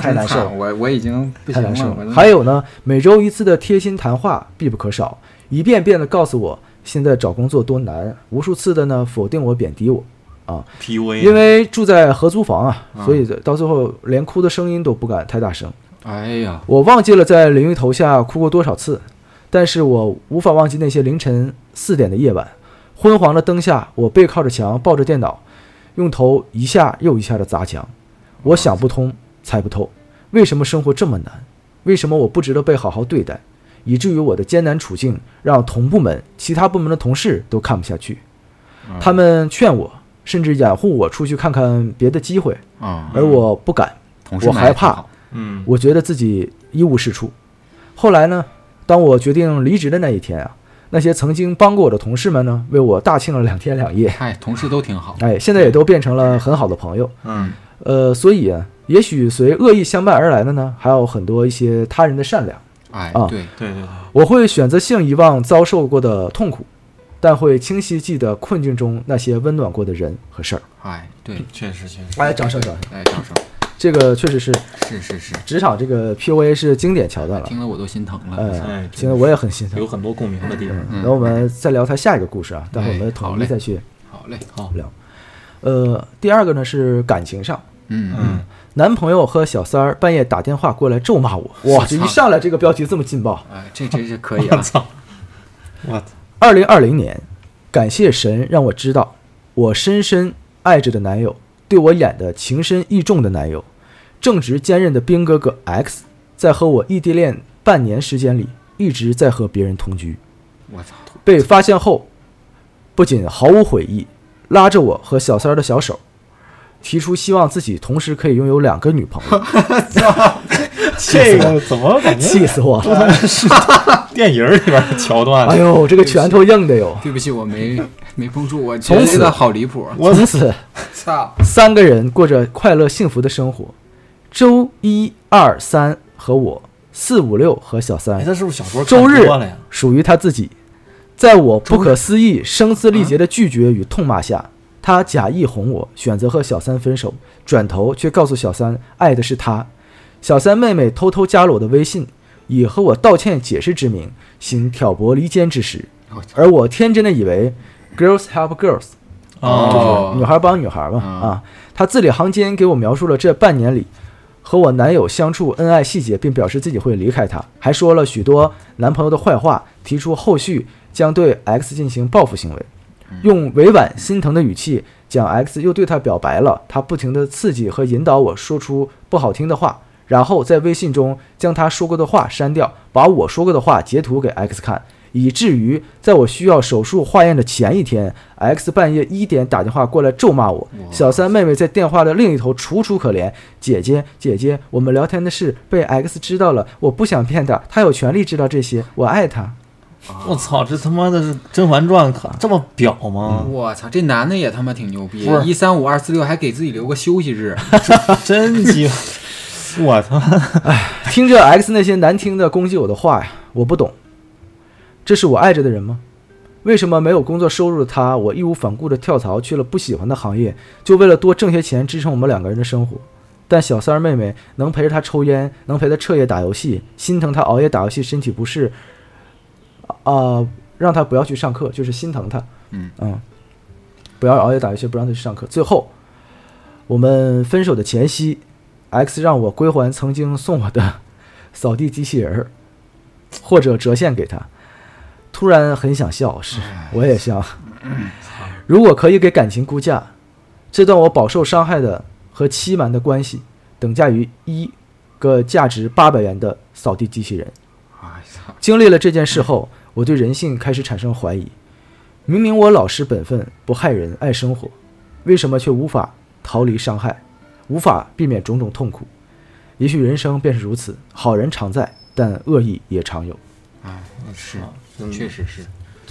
太难受了。我我已经 *laughs* 不太行难受了。我了。都还有呢，每周一次的贴心谈话必不可少，一遍遍的告诉我现在找工作多难，无数次的呢否定我、贬低我啊。 PUA 因为住在合租房啊，所以到最后连哭的声音都不敢太大声。哎呀，我忘记了在淋浴头下哭过多少次，但是我无法忘记那些凌晨四点的夜晚，昏黄的灯下，我背靠着墙，抱着电脑，用头一下又一下的砸墙。我想不通，猜不透，为什么生活这么难？为什么我不值得被好好对待？以至于我的艰难处境让同部门、其他部门的同事都看不下去，他们劝我，甚至掩护我出去看看别的机会，啊，而我不敢，同事我们害也挺怕好，嗯，我觉得自己一无是处。后来呢，当我决定离职的那一天啊，那些曾经帮过我的同事们呢，为我大庆了两天两夜。嗨，同事都挺好。哎，现在也都变成了很好的朋友。嗯呃，所以啊，也许随恶意相伴而来的呢，还有很多一些他人的善良。哎啊，对，对对对，我会选择性遗忘遭受过的痛苦，但会清晰记得困境中那些温暖过的人和事儿。哎对，确实确实，哎，掌声，掌声！哎，掌声，这个确实是是是是，职场这个 PUA 是经典桥段了。听了我都心疼了。呃，哎听得我也很心疼有。很多共鸣的地方，然后我们再聊他下一个故事啊，待会儿我们统一再去好嘞，好，聊。呃，第二个呢是感情上，嗯嗯，男朋友和小三儿半夜打电话过来咒骂我，哇，这一上来这个标题这么劲爆。哎，这真是可嗯 *laughs* 以啊。 *laughs* 我操，二零二零年，感谢神让我知道，我深深爱着的男友，对我演的情深意重的男友，正直坚韧的兵哥哥 X，在和我异地恋半年时间里，一直在和别人同居。我操，被发现后，不仅毫无悔意，拉着我和小三儿的小手，提出希望自己同时可以拥有两个女朋友，这个怎么感觉气死我 *laughs* 了！ *laughs* 电影里边的桥段哎？呦，这个拳头硬的哟！对不起，我没没绷住，我觉从得此这个好离谱。从此，操，三个人过着快乐幸福的生活。周一、二、三和我，四五六和小哎，三他，是不是小说看周日多了呀？属于他自己。在我不可思议、声嘶力竭的拒绝与痛骂下，他假意哄我，选择和小三分手，转头却告诉小三爱的是他。小三妹妹偷偷加了我的微信，以和我道歉解释之名，行挑拨离间之实。我操，而我天真的以为，girls help girls，哦女孩帮女孩嘛嗯啊。她字里行间给我描述了这半年里和我男友相处恩爱细节，并表示自己会离开他，还说了许多男朋友的坏话，提出后续将对 X 进行报复行为，用委婉心疼的语气讲 X 又对她表白了，她不停的刺激和引导我说出不好听的话。然后在微信中将她说过的话删掉，把我说过的话截图给 X 看，以至于在我需要手术化验的前一天，X 半夜一点打电话过来咒骂我。小三妹妹在电话的另一头楚楚可怜：“姐姐，姐姐，我们聊天的事被 X 知道了，我不想骗她，她有权利知道这些，我爱她。我操，这他妈的是《甄嬛传》可这么表啊吗？我操，这男的也他妈挺牛逼不，是一三五二四六还给自己留个休息日。 *laughs* 真鸡巴！嗯我操！” *laughs* 听着 X 那些难听的攻击我的话呀，我不懂，这是我爱着的人吗？为什么没有工作收入的他，我义无反顾地跳槽去了不喜欢的行业，就为了多挣些钱支撑我们两个人的生活？但小三儿妹妹能陪着他抽烟，能陪他彻夜打游戏，心疼他熬夜打游戏身体不适，啊、让他不要去上课，就是心疼他，嗯不要熬夜打游戏，不让他去上课。最后，我们分手的前夕 X 让我归还曾经送我的扫地机器人儿，或者折现给他。突然很想笑，是我也笑。如果可以给感情估价，这段我饱受伤害的和欺瞒的关系，等价于一个价值八百元的扫地机器人。哎操，经历了这件事后，我对人性开始产生怀疑。明明我老实本分，不害人，爱生活，为什么却无法逃离伤害，无法避免种种痛苦？也许人生便是如此，好人常在，但恶意也常有。哎，是啊真的确实是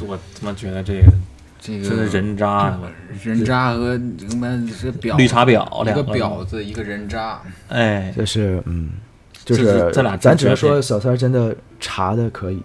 我他妈觉得这个这个真的人渣啊，人渣和他妈是婊绿茶婊嗯一两个个婊子，一个人渣。哎，就是嗯，就这是是这俩咱只能主角说小三儿真的查的可以，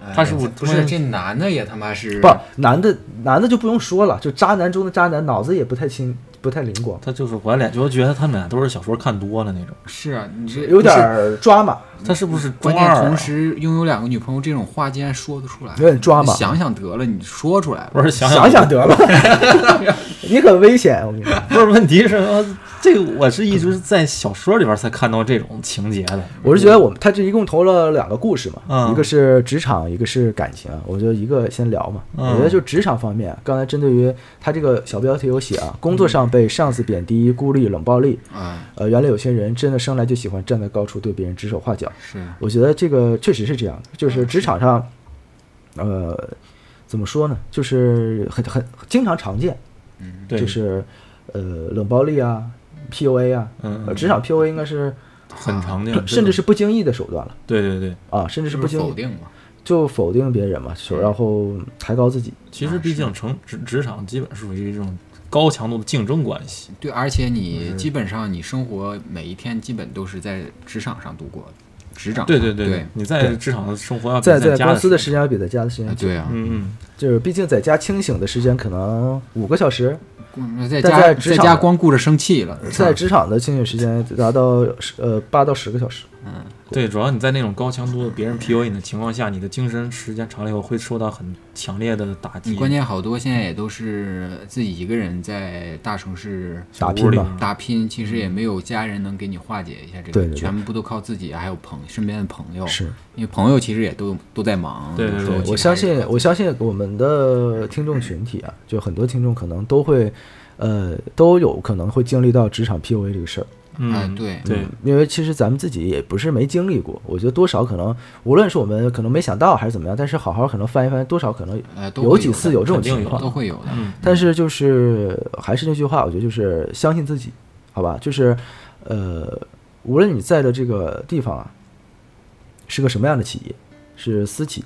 哎他是不不他是妈这男的也他妈是不男的男的就不用说了，就渣男中的渣男，脑子也不太清，不太灵光，他就是我俩就觉得他们俩都是小说看多了那种，是啊，你这有点儿抓马，他是不是关中二键啊同时拥有两个女朋友这种话竟然说得出来，有点抓嘛你想想得了，你说出来了，不是想想想得了， *laughs* 你很危险，我跟你说。不是问题是，呃这个我是一直在小说里边才看到这种情节的。我是觉得我们他这一共投了两个故事嘛，嗯一个是职场，一个是感情啊。我就一个先聊嘛。嗯我觉得就职场方面，刚才针对于他这个小标题有写啊，工作上被上司贬低、孤立、冷暴力。啊，呃，原来有些人真的生来就喜欢站在高处对别人指手画脚。是我觉得这个确实是这样，就是职场上，呃，怎么说呢，就是很很经常常见，对，就是呃冷暴力啊、PUA 啊，嗯嗯呃职场 PUA 应该是很常见，甚至是不经意的手段了。对对对。啊，甚至是是不不经是意否定嗯嘛？就否定别人嘛，就然后抬高自己。其实毕竟成职职场基本属于这种高强度的竞争关系。对，而且你嗯基本上你生活每一天基本都是在职场上度过的，职场对对对啊对你在职场的生活要比在在家公司的的时间要比在家的时啊间久，对啊，嗯就是毕竟在家清醒的时间可能五个小时，嗯光在但家在职在场家呢光顾着生气了，在职场的清醒时间达到十呃八到十个小时。嗯，对，主要你在那种高强度的别人 PUA 你的情况下，你的精神时间长了以后会受到很强烈的打嗯击。你关键好多现在也都是自己一个人在大城市打拼吧打拼，其实也没有家人能给你化解一下这个，对对对全部都靠自己，还有朋身边的朋友。是，因为朋友其实也都哦都在忙。对对有时对候我其我实相还是信，我相信我们的听众群体啊，就很多听众可能都会，呃，都有可能会经历到职场 PUA 这个事儿。嗯、哎对对，因为其实咱们自己也不是没经历过，我觉得多少可能，无论是我们可能没想到还是怎么样，但是好好可能翻一翻，多少可能呃都会有几的次有这种肯定情有况。都会有的。嗯但是就是还是那句话，我觉得就是相信自己，好吧？就是呃，无论你在的这个地方啊，是个什么样的企业，是私企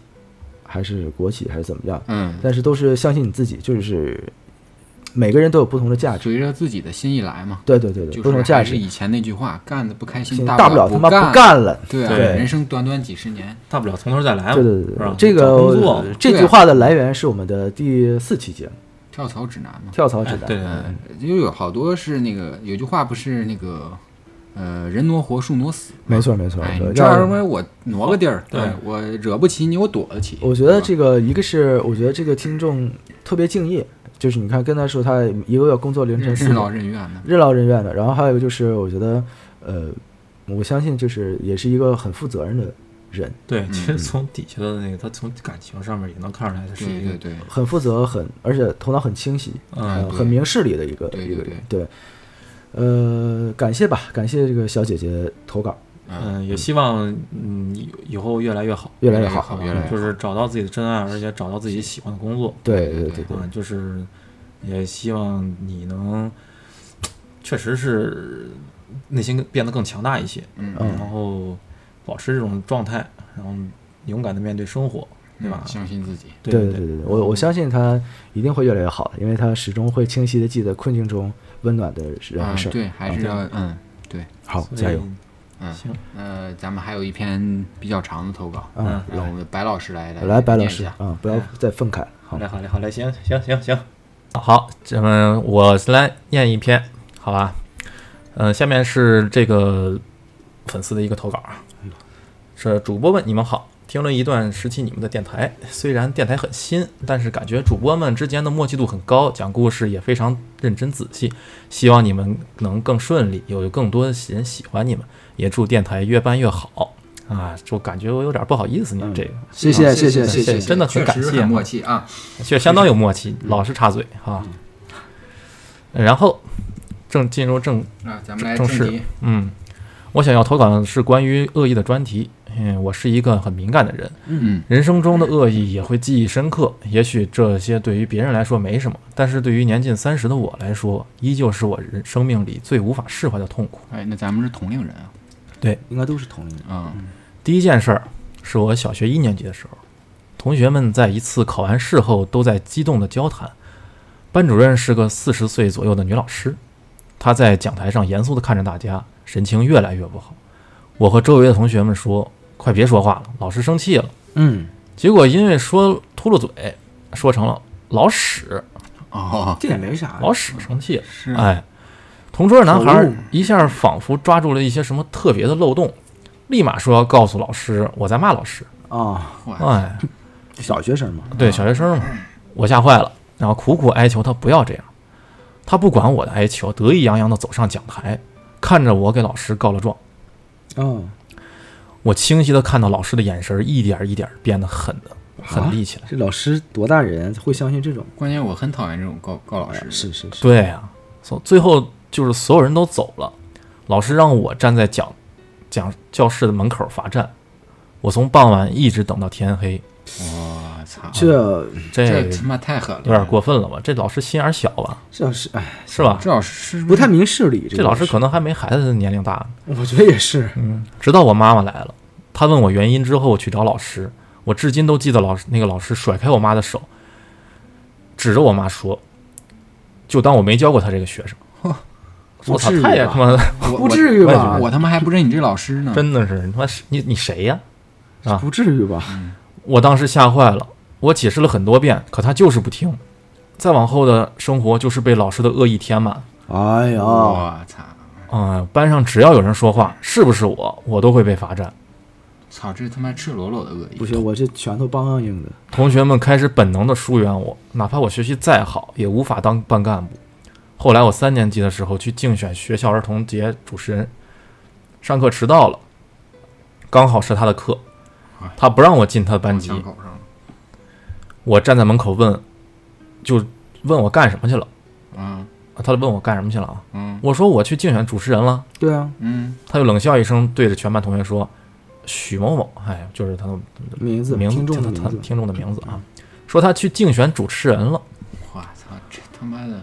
还是国企还是怎么样，嗯，但是都是相信你自己，就是每个人都有不同的价值。嗯随着自己的心意来嘛。对对对对，就不是同的价还是值，以前那句话，干的不开心，大不了他妈干。不干了。对啊，对人生短短几十年，大不了从头再来哎嘛，对对对是啊吧对，这找工个作嘛这对啊句话的来源是我们的第四期节目跳槽指南嘛《跳槽指哎南》。对对对嗯，又有好多是那个有句话不是那个，呃，人挪活，树挪死。没错没错哎，对你这让哦玩意儿我挪个地儿，对哎我惹不起你，我躲得起。我觉得对吧这个一个是，我觉得这个听众特别敬业，就是你看跟他说他一个月工作凌晨任四任劳点，任怨的，任劳任怨的。然后还有一个就是，我觉得呃，我相信就是也是一个很负责任的人，对，其嗯实从底下的那个，他从感情上面也能看出来，他是对一个对对，很负责，很而且头脑很清晰，嗯呃，很明事理的一个对一个对对人。对，呃，感谢吧，感谢这个小姐姐投稿，嗯，嗯，也希望嗯以以后越来越好，越来越好。好，越来越好就是找到自己的真爱，而且找到自己喜欢的工作。对对对对对对啊，就是也希望你能，确实是内心变得更强大一些，嗯嗯然后保持这种状态，然后勇敢的面对生活，对吧？嗯相信自己，对对对对对，对我我相信他一定会越来越好的，因为他始终会清晰的记得困境中温暖的人啊和事儿。对，还是要嗯对，好，所以加油！嗯行，呃，咱们还有一篇比较长的投稿，嗯让我们白老师来来，白老念一师下啊、不要再愤慨了。好好嘞，，好嘞，好嘞，行行行行，好，咱们我来念一篇，好吧？嗯、呃下面是这个粉丝的一个投稿啊，是主播问你们好，听了一段时期你们的电台，虽然电台很新，但是感觉主播们之间的默契度很高，讲故事也非常认真仔细。希望你们能更顺利，有更多的人喜欢你们，也祝电台越办越好啊！就感觉我有点不好意思你们这个，谢啊谢谢谢谢谢真的很确感实谢很默啊，契啊。却相当有默契，老是插嘴哈、嗯然后正进入正啊，咱们来正式题，嗯，我想要投稿的是关于恶意的专题。嗯，我是一个很敏感的人，嗯，人生中的恶意也会记忆深刻。也许这些对于别人来说没什么，但是对于年近三十的我来说，依旧是我人生命里最无法释怀的痛苦。哎，那咱们是同龄人啊，应该都是同龄人。啊，第一件事儿是我小学一年级的时候，同学们在一次考完试后都在激动的交谈。班主任是个四十岁左右的女老师，她在讲台上严肃地看着大家，神情越来越不好。我和周围的同学们说：“快别说话了，老师生气了。嗯，”结果因为说秃噜嘴，说成了老屎，哦，啊这也没啥，老屎生气了。是哎，同桌的男口孩误一下仿佛抓住了一些什么特别的漏洞，立马说要告诉老师我在骂老师。啊，哎，小学生嘛，对，小学生嘛，啊我吓坏了，然后苦苦哀求他不要这样。他不管我的哀求，得意洋洋地走上讲台，看着我给老师告了状。嗯，我清晰地看到老师的眼神一点一点变得狠的狠厉起来。啊这老师多大人会相信这种？关键我很讨厌这种告告老师，是是是，对呀、所最后就是所有人都走了，老师让我站在讲讲教室的门口罚站。我从傍晚一直等到天黑，我啊操，这嗯这这他妈太狠了，有点过分了吧？这老师心眼儿小吧？这老师哎，是吧？这老师是不是太明事理。这老师可能还没孩子的年龄大呢。我觉得也是，嗯直到我妈妈来了，她问我原因之后，我去找老师，我至今都记得老师那个老师甩开我妈的手，指着我妈说：“就当我没教过他这个学生。”我操不至，于嗯太他妈的我不至于我吧我他妈还不认你这老师呢，真的是你他妈是你你谁呀、啊不至于吧？我当时吓坏了，我解释了很多遍，可他就是不听。再往后的生活就是被老师的恶意填满。哎呀，我操，嗯、班上只要有人说话，是不是我，我都会被罚站。操，这他妈赤裸裸的恶意，不行，我这拳头梆梆硬的。同学们开始本能的疏远我，哪怕我学习再好，也无法当班干部。后来我三年级的时候去竞选学校儿童节主持人，上课迟到了，刚好是他的课，哎他不让我进他的班我级枪，口上了我站在门口问，就问我干什么去了，啊嗯他问我干什么去了啊？嗯我说我去竞选主持人了，对啊，嗯，他就冷笑一声，对着全班同学说：“许某某，哎，就是他的名字，名字，听众的他他名字，听众的名字啊，说他去竞选主持人了。”我操，这他妈的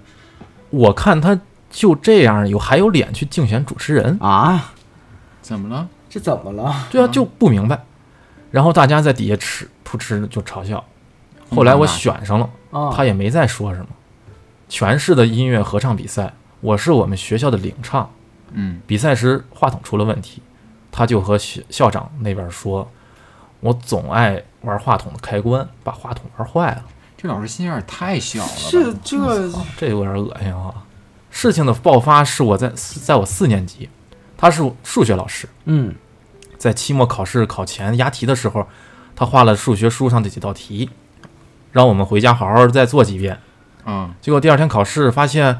我看他就这样，有还有脸去竞选主持人？啊，怎么了？这怎么了？对啊，就不明白。然后大家在底下吃噗嗤就嘲笑。后来我选上了，啊，他也没再说什么。全市的音乐合唱比赛，我是我们学校的领唱。嗯，比赛时话筒出了问题，他就和校校长那边说：“我总爱玩话筒的开关，把话筒玩坏了。”这老师心眼儿太小了吧，这这个这有点恶心啊！事情的爆发是我在在我四年级，他是数学老师，嗯，在期末考试考前押题的时候，他画了数学书上的几道题，让我们回家好好再做几遍。嗯结果第二天考试发现，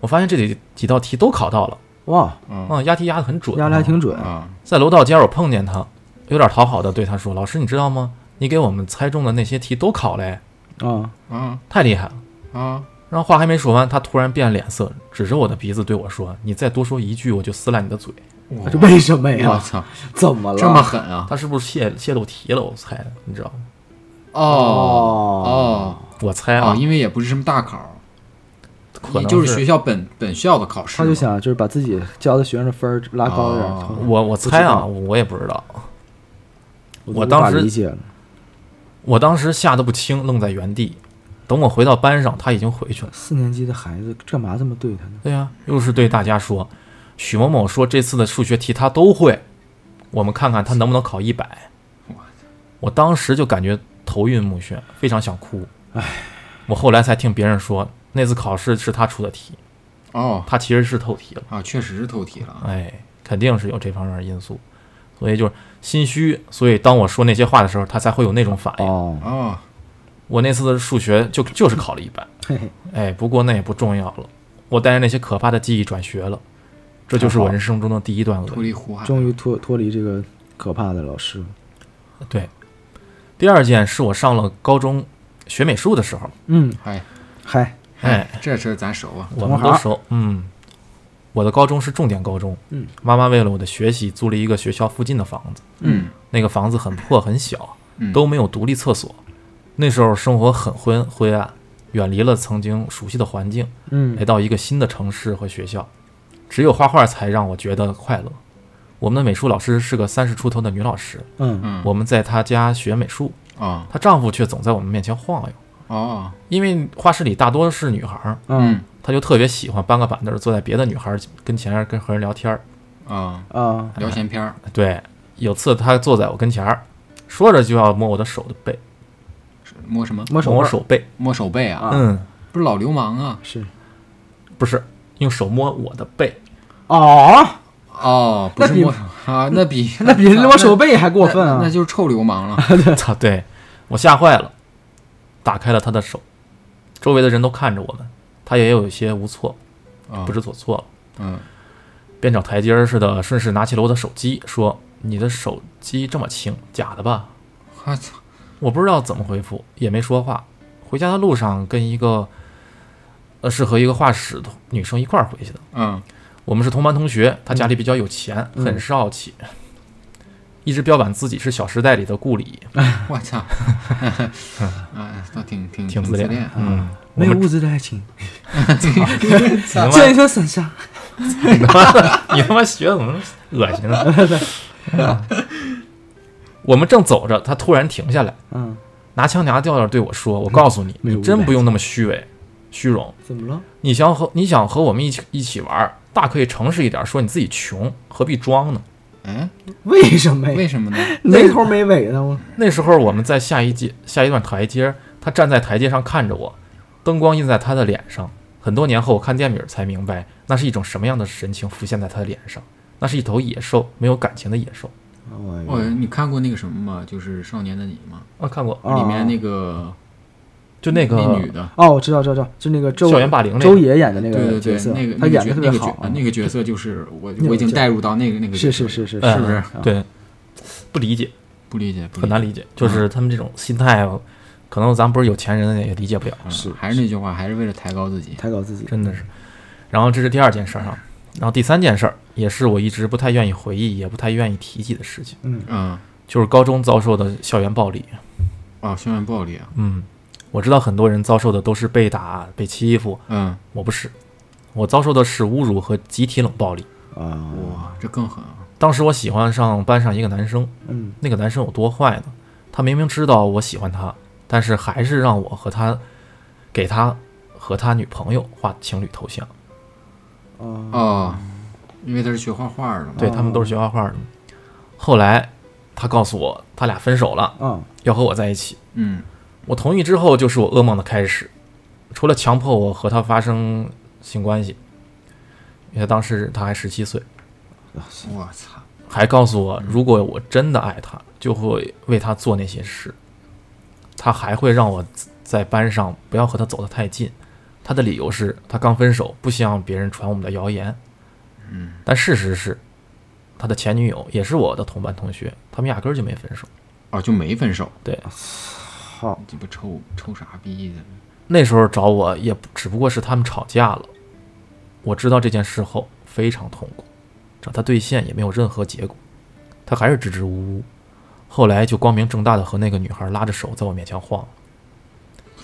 我发现这几几道题都考到了，哇，嗯嗯，押题押得很准、压的还挺准。啊，在楼道间儿我碰见他，有点讨好的对他说：“老师，你知道吗？你给我们猜中的那些题都考嘞，啊，啊太厉害了。”啊！然后话还没说完，他突然变脸色，指着我的鼻子对我说：“你再多说一句，我就撕烂你的嘴。我啊这为什么呀？操，怎么了？这么狠”啊！他是不是泄泄露题了？我猜的，你知道吗？哦哦，哦我猜啊，哦，因为也不是什么大考，可也能就是学校本本校的考试嘛，他就想就是把自己教的学生的分儿拉高一点哦儿。我我猜不知啊，道我我也不知道。我我都无当法时理解了，我当时吓得不轻，愣在原地。等我回到班上，他已经回去了。四年级的孩子干嘛这么对他呢？对呀、又是对大家说，许某某说这次的数学题他都会，我们看看他能不能考一百我。我当时就感觉头晕目眩，非常想哭。唉，我后来才听别人说，那次考试是他出的题，哦他其实是透题了。啊，确实是透题了啊。哎，肯定是有这方面因素。所以就是心虚，所以当我说那些话的时候，他才会有那种反应。哦，哦，我那次的数学就就是考了一百，嘿嘿，哎，不过那也不重要了。我带着那些可怕的记忆转学了，这就是我人生中的第一段恶脱离胡海，终于脱脱离这个可怕的老师了。对，第二件是我上了高中学美术的时候，嗯，嗨嗨，哎，这事儿咱熟啊，我们同行都熟，嗯，我的高中是重点高中，嗯，妈妈为了我的学习租了一个学校附近的房子，嗯，那个房子很破很小，嗯都没有独立厕所，那时候生活很灰灰暗，远离了曾经熟悉的环境，嗯来到一个新的城市和学校，只有画画才让我觉得快乐。我们的美术老师是个三十出头的女老师，嗯嗯，我们在她家学美术，哦她丈夫却总在我们面前晃悠，哦，因为画室里大多是女孩儿，嗯他就特别喜欢搬个板凳儿坐在别的女孩儿跟前儿跟和人聊天儿。啊，啊，聊闲篇儿，对，有次他坐在我跟前儿，说着就要摸我的手的背，摸什么？摸手摸我腕儿手背。摸手背啊？啊嗯，不是老流氓啊？是不是，用手摸我的背。哦，哦，不是那比摸手啊，那比那比摸手背还过分啊那！那就是臭流氓了。 *laughs* 操，对我吓坏了，打开了他的手，周围的人都看着我们，他也有一些无措，啊，不知所措了，嗯，便找台阶儿似的，顺势拿起了我的手机，说：“你的手机这么轻，假的吧？”我操，我不知道怎么回复，也没说话。回家的路上跟一个，呃，是和一个画室的女生一块儿回去的。嗯我们是同班同学，她家里比较有钱，嗯很是傲气， *laughs* 一直标榜自己是《小时代》里的顾里，我操，啊，倒挺挺挺自自恋。恋。啊嗯，没有我们物质的爱情，你他见一说伞下。妈的， *laughs* 你他妈学得怎么那么恶心呢？ *laughs* 我们正走着，他突然停下来，嗯，拿枪拿调调对我说：“我告诉你，没有你真无赖不用那么虚伪、虚荣。”怎么了？你想和你想和我们一起一起玩儿，大可以诚实一点，说你自己穷，何必装呢？哎，为什么呀？为什么呢？没头没尾的吗？那时候我们在下一阶下一段台阶，他站在台阶上看着我，灯光映在他的脸上。很多年后，我看电影儿才明白，那是一种什么样的神情浮现在他的脸上。那是一头野兽，没有感情的野兽。我我哦你看过那个什么吗？就是《少年的你》吗？啊，看过，啊里面那个就那个那女的，哦，我知道，知道，知道，就那个周校园霸凌那周个。也演的那对对个对角，色那个，他那个演角的特那别个好角呃啊，那个角色就是我那我个已经角带入到那个那个是角色是里是是是不是啊对，不理解，不理解，不嗯很难理理解，就是他们这种心态，可能咱不是有钱人也理解不了。解。是嗯还是那句话，还是为了抬高自己。抬高自己，真的是。然后这是第二件事儿啊，然后第三件事儿也是我一直不太愿意回忆，也不太愿意提起的事情，嗯嗯，就是高中遭受的校园暴力。哦，校园暴力啊，嗯，我知道很多人遭受的都是被打、被欺负，嗯，我不是，我遭受的是侮辱和集体冷暴力。啊，哇，这更狠啊！当时我喜欢上班上一个男生，嗯那个男生有多坏呢？他明明知道我喜欢他，但是还是让我和他，给他和他女朋友画情侣头像。啊，哦，因为他是学画画的嘛。对他们都是学画画的。后来他告诉我，他俩分手了，啊，要和我在一起。嗯，我同意之后，就是我噩梦的开始。除了强迫我和他发生性关系，因为当时他还十七岁，我操，还告诉我，如果我真的爱他，就会为他做那些事。他还会让我在班上不要和他走得太近。他的理由是他刚分手，不希望别人传我们的谣言。嗯，但事实是，他的前女友也是我的同班同学，他们压根儿就没分手。哦，就没分手，好，鸡巴臭臭傻逼的。那时候找我也不只不过是他们吵架了。我知道这件事后非常痛苦，找他兑现也没有任何结果，他还是支支吾吾。后来就光明正大的和那个女孩拉着手在我面前晃。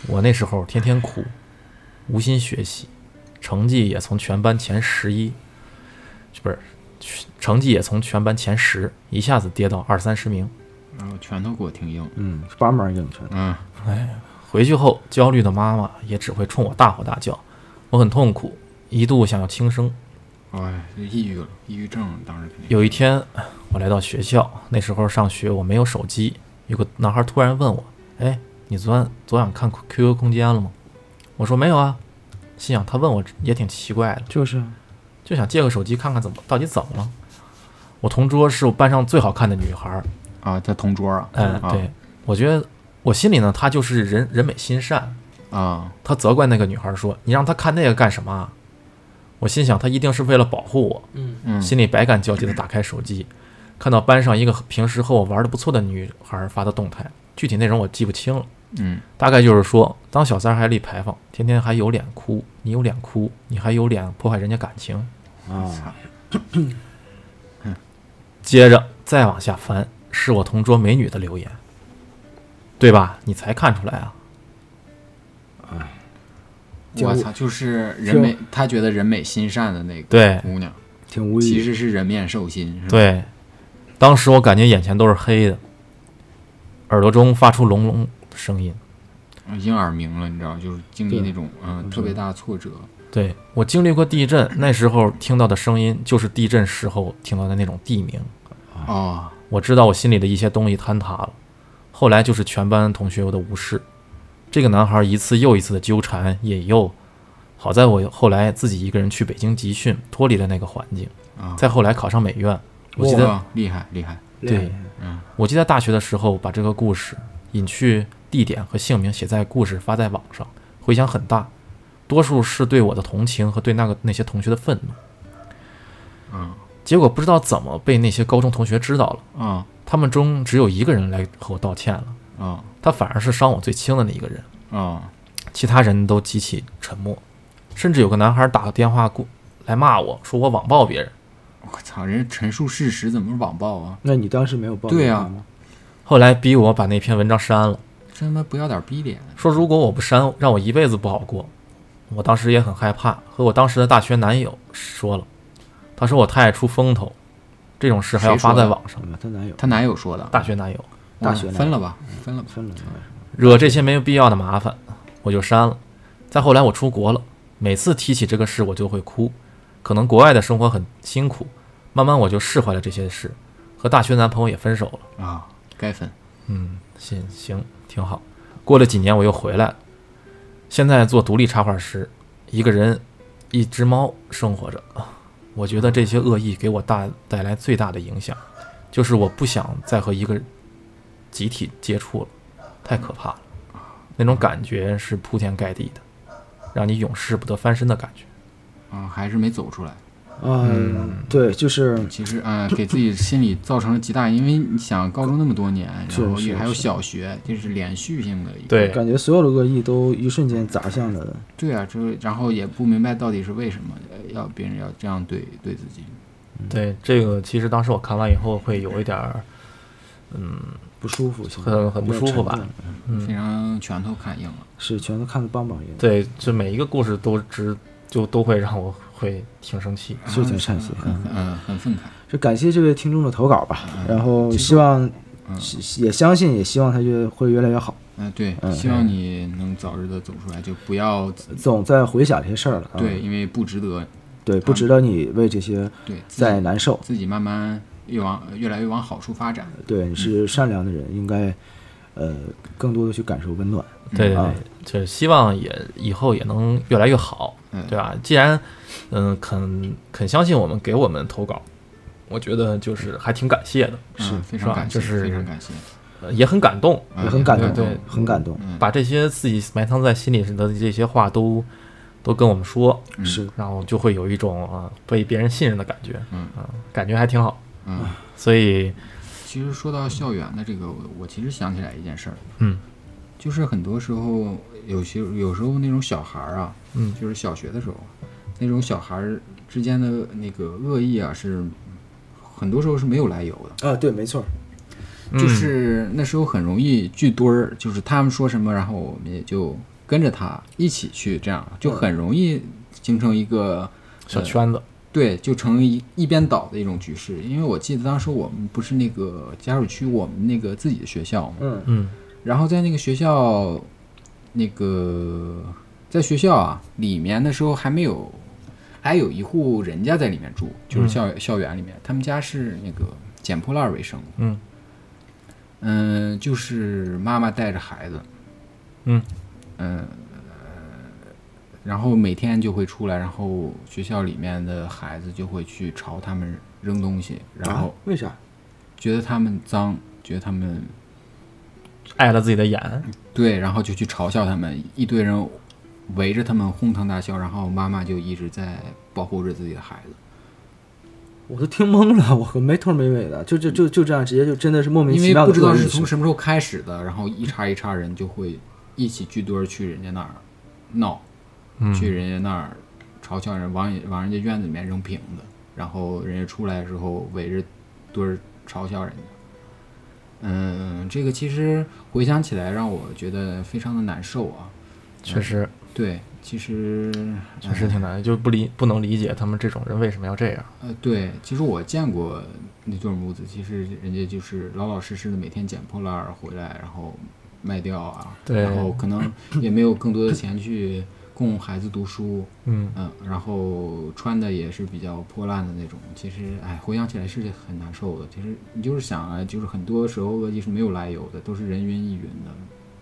我那时候天天哭，无心学习，成绩也从全班前十一，不是，成绩也从全班前十一下子跌到二三十名。然后拳头给我挺硬，嗯，八门硬拳，嗯，回去后，焦虑的妈妈也只会冲我大吼大叫，我很痛苦，一度想要轻生。哎，就抑郁了，抑郁症了当时肯定。有一天，我来到学校，那时候上学我没有手机，有个男孩突然问我：“哎，你昨晚昨晚看 QQ 空间了吗？”我说：“没有啊。”心想他问我也挺奇怪的，就是就想借个手机看看怎么到底怎么了。我同桌是我班上最好看的女孩儿，啊，他同桌啊，嗯，啊对，我觉得我心里呢，她就是人人美心善，啊，他责怪那个女孩说：“你让她看那个干什么啊？”我心想，她一定是为了保护我，嗯嗯，心里百感交集的打开手机，看到班上一个平时和我玩的不错的女孩发的动态，具体内容我记不清了，嗯大概就是说，当小三儿还立牌坊，天天还有脸哭，你有脸哭，你还有脸破坏人家感情。啊，接着再往下翻，是我同桌美女的留言，对吧？你才看出来啊？我操，就是人美，他觉得人美心善的那个对姑娘，挺无其语。实是人面兽心，是吧？对，当时我感觉眼前都是黑的，耳朵中发出隆隆的声音。已经耳鸣了，你知道，就是经历对那种嗯特别大的挫折，对我经历过地震，那时候听到的声音就是地震时候听到的那种地鸣。啊哦，我知道我心里的一些东西坍塌了，后来就是全班同学的无视，这个男孩一次又一次的纠缠引诱。好在我后来自己一个人去北京集训，脱离了那个环境。啊，再后来考上美院，我记得哇厉害厉害，对，哎嗯我记得大学的时候把这个故事隐去地点和姓名写在故事发在网上，回响很大，多数是对我的同情和对那个那些同学的愤怒。嗯结果不知道怎么被那些高中同学知道了，啊他们中只有一个人来和我道歉了，啊他反而是伤我最轻的那一个人，啊其他人都极其沉默，甚至有个男孩打个电话过来骂我说我网暴别人。我操，人家陈述事实怎么是网暴啊？那你当时没有报对呀、啊吗？后来逼我把那篇文章删了，真他妈不要点逼脸！说如果我不删，让我一辈子不好过。我当时也很害怕，和我当时的大学男友说了，他说我太爱出风头，这种事还要发在网上。什么？她男友她男友说的，大学男友大学男友分了吧，分了吧，分了，惹这些没有必要的麻烦，我就删了。再后来我出国了，每次提起这个事我就会哭，可能国外的生活很辛苦，慢慢我就释怀了这些事，和大学男朋友也分手了。啊，该分。嗯，行行，挺好。过了几年，我又回来了，现在做独立插画师，一个人，一只猫生活着。我觉得这些恶意给我大带来最大的影响，就是我不想再和一个集体接触了，太可怕了。那种感觉是铺天盖地的，让你永世不得翻身的感觉。啊，还是没走出来。嗯，对，就是其实，呃，给自己心里造成了极大，因为你想，高中那么多年，是然后也是还有是小学，这是连续性的一个。对感觉所有的恶意都一瞬间砸向了对啊，这然后也不明白到底是为什么呃要别人要这样对对自己。对这个，其实当时我看完以后会有一点儿，嗯，不舒服，现在很很不舒服吧有点沉重嗯非常拳头看硬了。是全都看得棒棒硬，对，这每一个故事都值，就都会让我会挺生气。是挺善心。很嗯很呃很愤慨。就感谢这位听众的投稿吧，然后听众希望嗯是也相信，也希望他越会越来越好。嗯，对，嗯希望你能早日的走出来，就不要总在回想这些事儿了，啊对，因为不值得。对，不值得你为这些对，自在己难受。自己慢慢越往越来越往好处发展。对，你嗯是善良的人，应该呃更多的去感受温暖。对对啊对，就是希望也以后也能越来越好，嗯啊对吧？既然嗯肯肯相信我们，给我们投稿，我觉得就是还挺感谢的，嗯是非是常吧感谢，就是非常感谢，呃也很感动，嗯也很感对动，对对很感动，嗯把这些自己埋藏在心里的这些话都都跟我们说，嗯是然后就会有一种啊被别人信任的感觉，嗯啊感觉还挺好。嗯。所以其实说到校园的这个，我我其实想起来一件事儿，嗯，就是很多时候有些有时候那种小孩儿啊，嗯就是小学的时候，那种小孩儿之间的那个恶意啊，是很多时候是没有来由的。啊，对，没错，嗯就是那时候很容易聚堆儿，就是他们说什么，然后我们也就跟着他一起去，这样就很容易形成一个小圈子，对，就成一一边倒的一种局势。因为我记得当时我们不是那个家属区，我们那个自己的学校嘛，嗯，嗯然后在那个学校，那个在学校啊里面的时候还没有，还有一户人家在里面住，嗯就是校、校园里面，他们家是那个捡破烂儿为生的。嗯嗯，就是妈妈带着孩子，嗯嗯、然后每天就会出来，然后学校里面的孩子就会去朝他们扔东西，然后啊为啥？觉得他们脏，觉得他们碍了自己的眼，嗯对，然后就去嘲笑他们，一堆人围着他们哄堂大笑，然后妈妈就一直在保护着自己的孩子，我都听懵了，我和没头没尾的，就就就就这样，直接就真的是莫名因其为妙不的知做道了是一从次。什么时候开始的，然后一茬一茬人就会一起聚堆儿去人家那儿闹，嗯去人家那儿嘲笑人，往往人家院子里面扔瓶子，然后人家出来的时候围着堆儿嘲笑人家。嗯，这个其实回想起来让我觉得非常的难受啊。确实对，其实确实挺难的，就不理不能理解他们这种人为什么要这样。呃，对，其实我见过那对母子，其实人家就是老老实实的每天捡破烂儿回来，然后卖掉啊，对然后可 *laughs* 能也没有更多的钱去供孩子读书，嗯，嗯，然后穿的也是比较破烂的那种。其实，哎，回想起来是很难受的。其实你就是想啊，就是很多时候恶意是没有来由的，都是人云亦云的，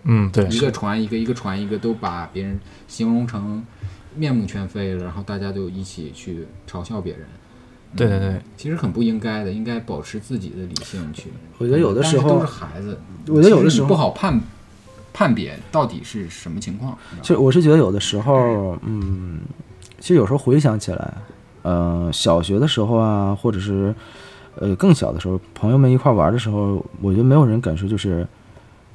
嗯，对，一个传一个，一个传一个，都把别人形容成面目全非了，然后大家就一起去嘲笑别人。对对对，其实很不应该的，应该保持自己的理性去。我觉得有的但是时候都是孩子，我觉得有的其实时你不候，好判判别到底是什么情况。你其知道实我是觉得有的时候，嗯，其实有时候回想起来，呃，小学的时候啊，或者是呃更小的时候，朋友们一块玩的时候，我觉得没有人敢说就是，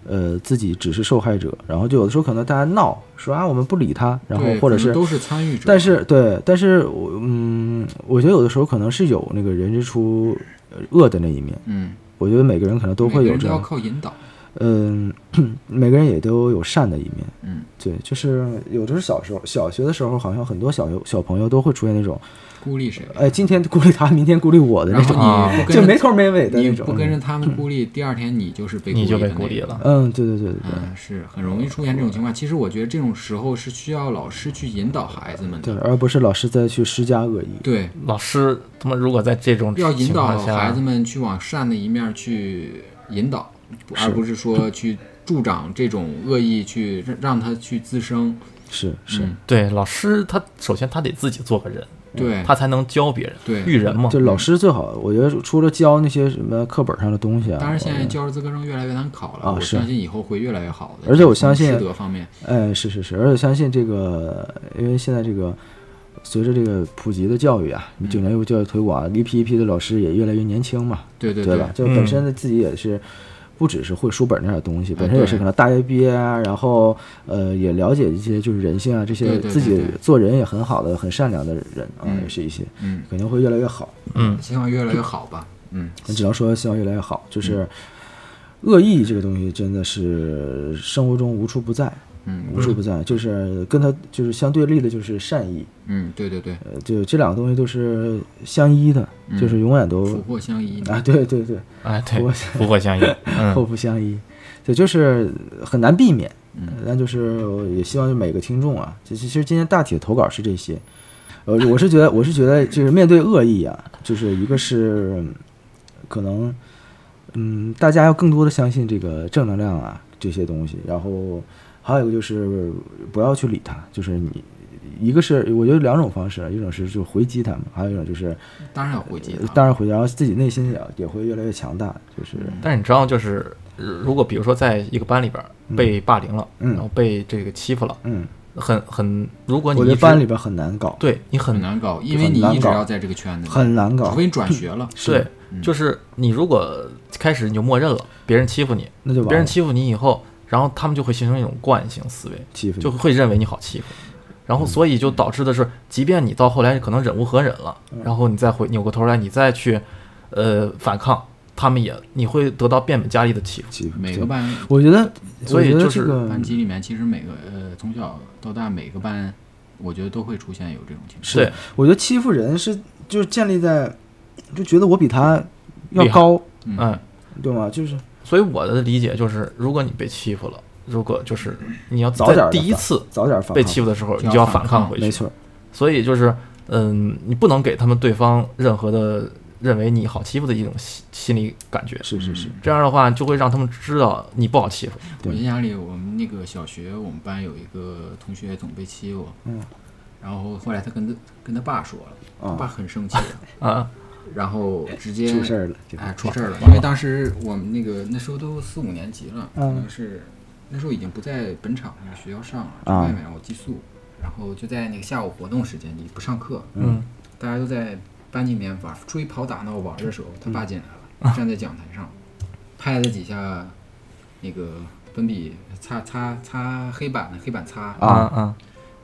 呃，自己只是受害者。然后就有的时候可能大家闹说啊，我们不理他，然后对或者可能是都是参与者，但是对，但是我嗯，我觉得有的时候可能是有那个人之初呃恶的那一面。嗯，我觉得每个人可能都会每个有人这要样，靠引导。嗯， *clears throat* 每个人也都有善的一面。嗯，对，就是有的是小时候，小学的时候，好像很多小学小朋友都会出现那种，孤立谁？哎，今天孤立他，明天孤立我的那然后种，啊你不跟就着没头没尾的你那种不。跟着他们孤立，第二天你就是被你就被的孤那立个了。。嗯，对对对对对。嗯，是很容易出现这种情况。其实我觉得这种时候是需要老师去引导孩子们对，的，而不是老师再去施加恶意。对，老师他妈如果在这种要引情导况下，孩子们去往善的一面儿去引导，不是而不是说去助长这种恶意，去让让他去滋生。是是，嗯对老师他首先他得自己做个人，嗯对他才能教别人，对育人嘛。就老师最好，我觉得除了教那些什么课本上的东西啊，当然，现在我教师资格证越来越难考了，啊我是相信以后会越来越好的。而且就我是从相信师德方面，哎，是是是，而且相信这个，因为现在这个随着这个普及的教育啊，嗯九年义务教育推广啊，一批一批的老师也越来越年轻嘛，对对对吧？就本嗯身的自己也是。不只是会书本那点东西，哎本身也是对可能大学毕业啊，然后呃也了解一些就是人性啊这些对对自己对对做人也很好的、很善良的人啊，嗯也是一些嗯，肯定会越来越好。嗯，希望越来越好吧。嗯，我只能说希望越来越好。就是恶意这个东西真的是生活中无处不在，嗯无处不在。就是跟它就是相对立的，就是善意，嗯，对对对，呃，就这两个东西都是相依的，嗯就是永远都福祸相依。啊，对对对，哎，对我，福祸相依。 *laughs* 祸嗯，不相依，对，就是很难避免。呃嗯但就是我也希望每个听众啊，其实其实今天大体的投稿是这些，呃，我是觉得我是觉得就是面对恶意啊，就是一个是嗯可能，嗯，大家要更多的相信这个正能量啊这些东西，然后还有一个就是不要去理他，就是你。一个是我觉得两种方式，啊一种是就回击他们，还有一种就是当然要回击呃他。当然回击，然后自己内心也也会越来越强大，就是但是你知道，就是呃如果比如说在一个班里边嗯被霸凌了，嗯然后被这个欺负了，嗯，很很，如果你我觉一得直班里边很难搞，对你很很难搞，因为你一直要在这个圈子里，很难搞除，非你转学了。嗯对，嗯就是你如果开始你就默认了别人欺负你，那就完了别人欺负你以后，然后他们就会形成一种惯性思维，欺负你就会认为你好欺负，然嗯后所以就导致的是，即便你到后来可能忍无可忍了，嗯然后你再回扭过头来，你再去呃反抗，他们也你会得到变本加厉的欺负。欺负每对个班我觉得，所我以觉得就这是个班级里面，其实每个呃从小到大每个班，我觉得都会出现有这种情况。对，我觉得欺负人是就是建立在就觉得我比他要厉害高，嗯，对吗？就是所以我的理解就是，如果你被欺负了，如果就是你要早点在儿第一的次早点反被欺负，负的时候，就你要就要反反抗抗回去。没错，所以就是，嗯，你不能给他们对方任何的认为你好欺负的一种心心理感觉。是是是，这样的话，就会让他们知道你不好欺负。对我印象里，我们那个小学，我们班有一个同学总被欺负，嗯，嗯然后后来他跟他跟他爸说了，他啊爸很生气，啊，然后直接出事儿了，这个哎出事儿了，因为当时我们那个那时候都四五年级了，可嗯能是那时候已经不在本场那个学校上了，在啊外面我寄宿，然后就在那个下午活动时间里不上课，嗯，大家都在班级里面玩，出去跑打闹玩的时候，他爸进来了，站在讲台上，拍了几下那个粉笔擦擦擦黑板的黑板擦，啊啊，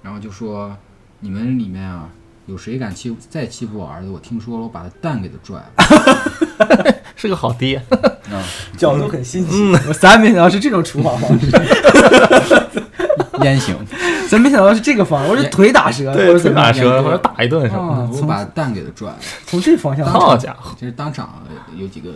然后就说你们里面啊。有谁敢欺负再欺负我儿子？我听说了，我把他蛋给他拽了。嗯是个好爹。角度很新嗯奇，我咱没想到是这种处罚 *laughs* 方式，烟刑，咱没想到是这个方式，我是腿打折，或者怎么打样折或者打一顿什么的。啊，嗯我从把蛋给他拽了。从这方向嗯好家伙，其实当场有几个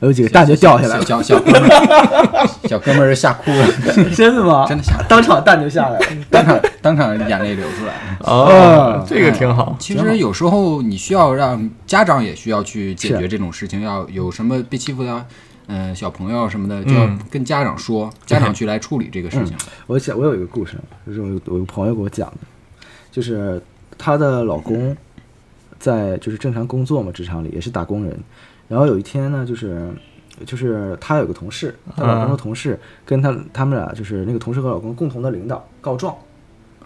有几个蛋就掉下来了。小小小哥们儿，小哥们儿吓哭了，真的吗？真的吓哭，当场蛋就下来了。当场当场眼泪流出嗯来。哦，这个挺好。其实有时候你需要让家长也需要去解啊决这种事情，要有什么被欺负的。嗯，小朋友什么的，就要跟家长说，家长去来处理这个事情。我我想我有一个故事，就是我有我有朋友给我讲的，就是她的老公在就是正常工作嘛，职场里也是打工人。然后有一天呢，就是就是她有个同事，她老公的同事跟她他们俩就是那个同事和老公共同的领导告状，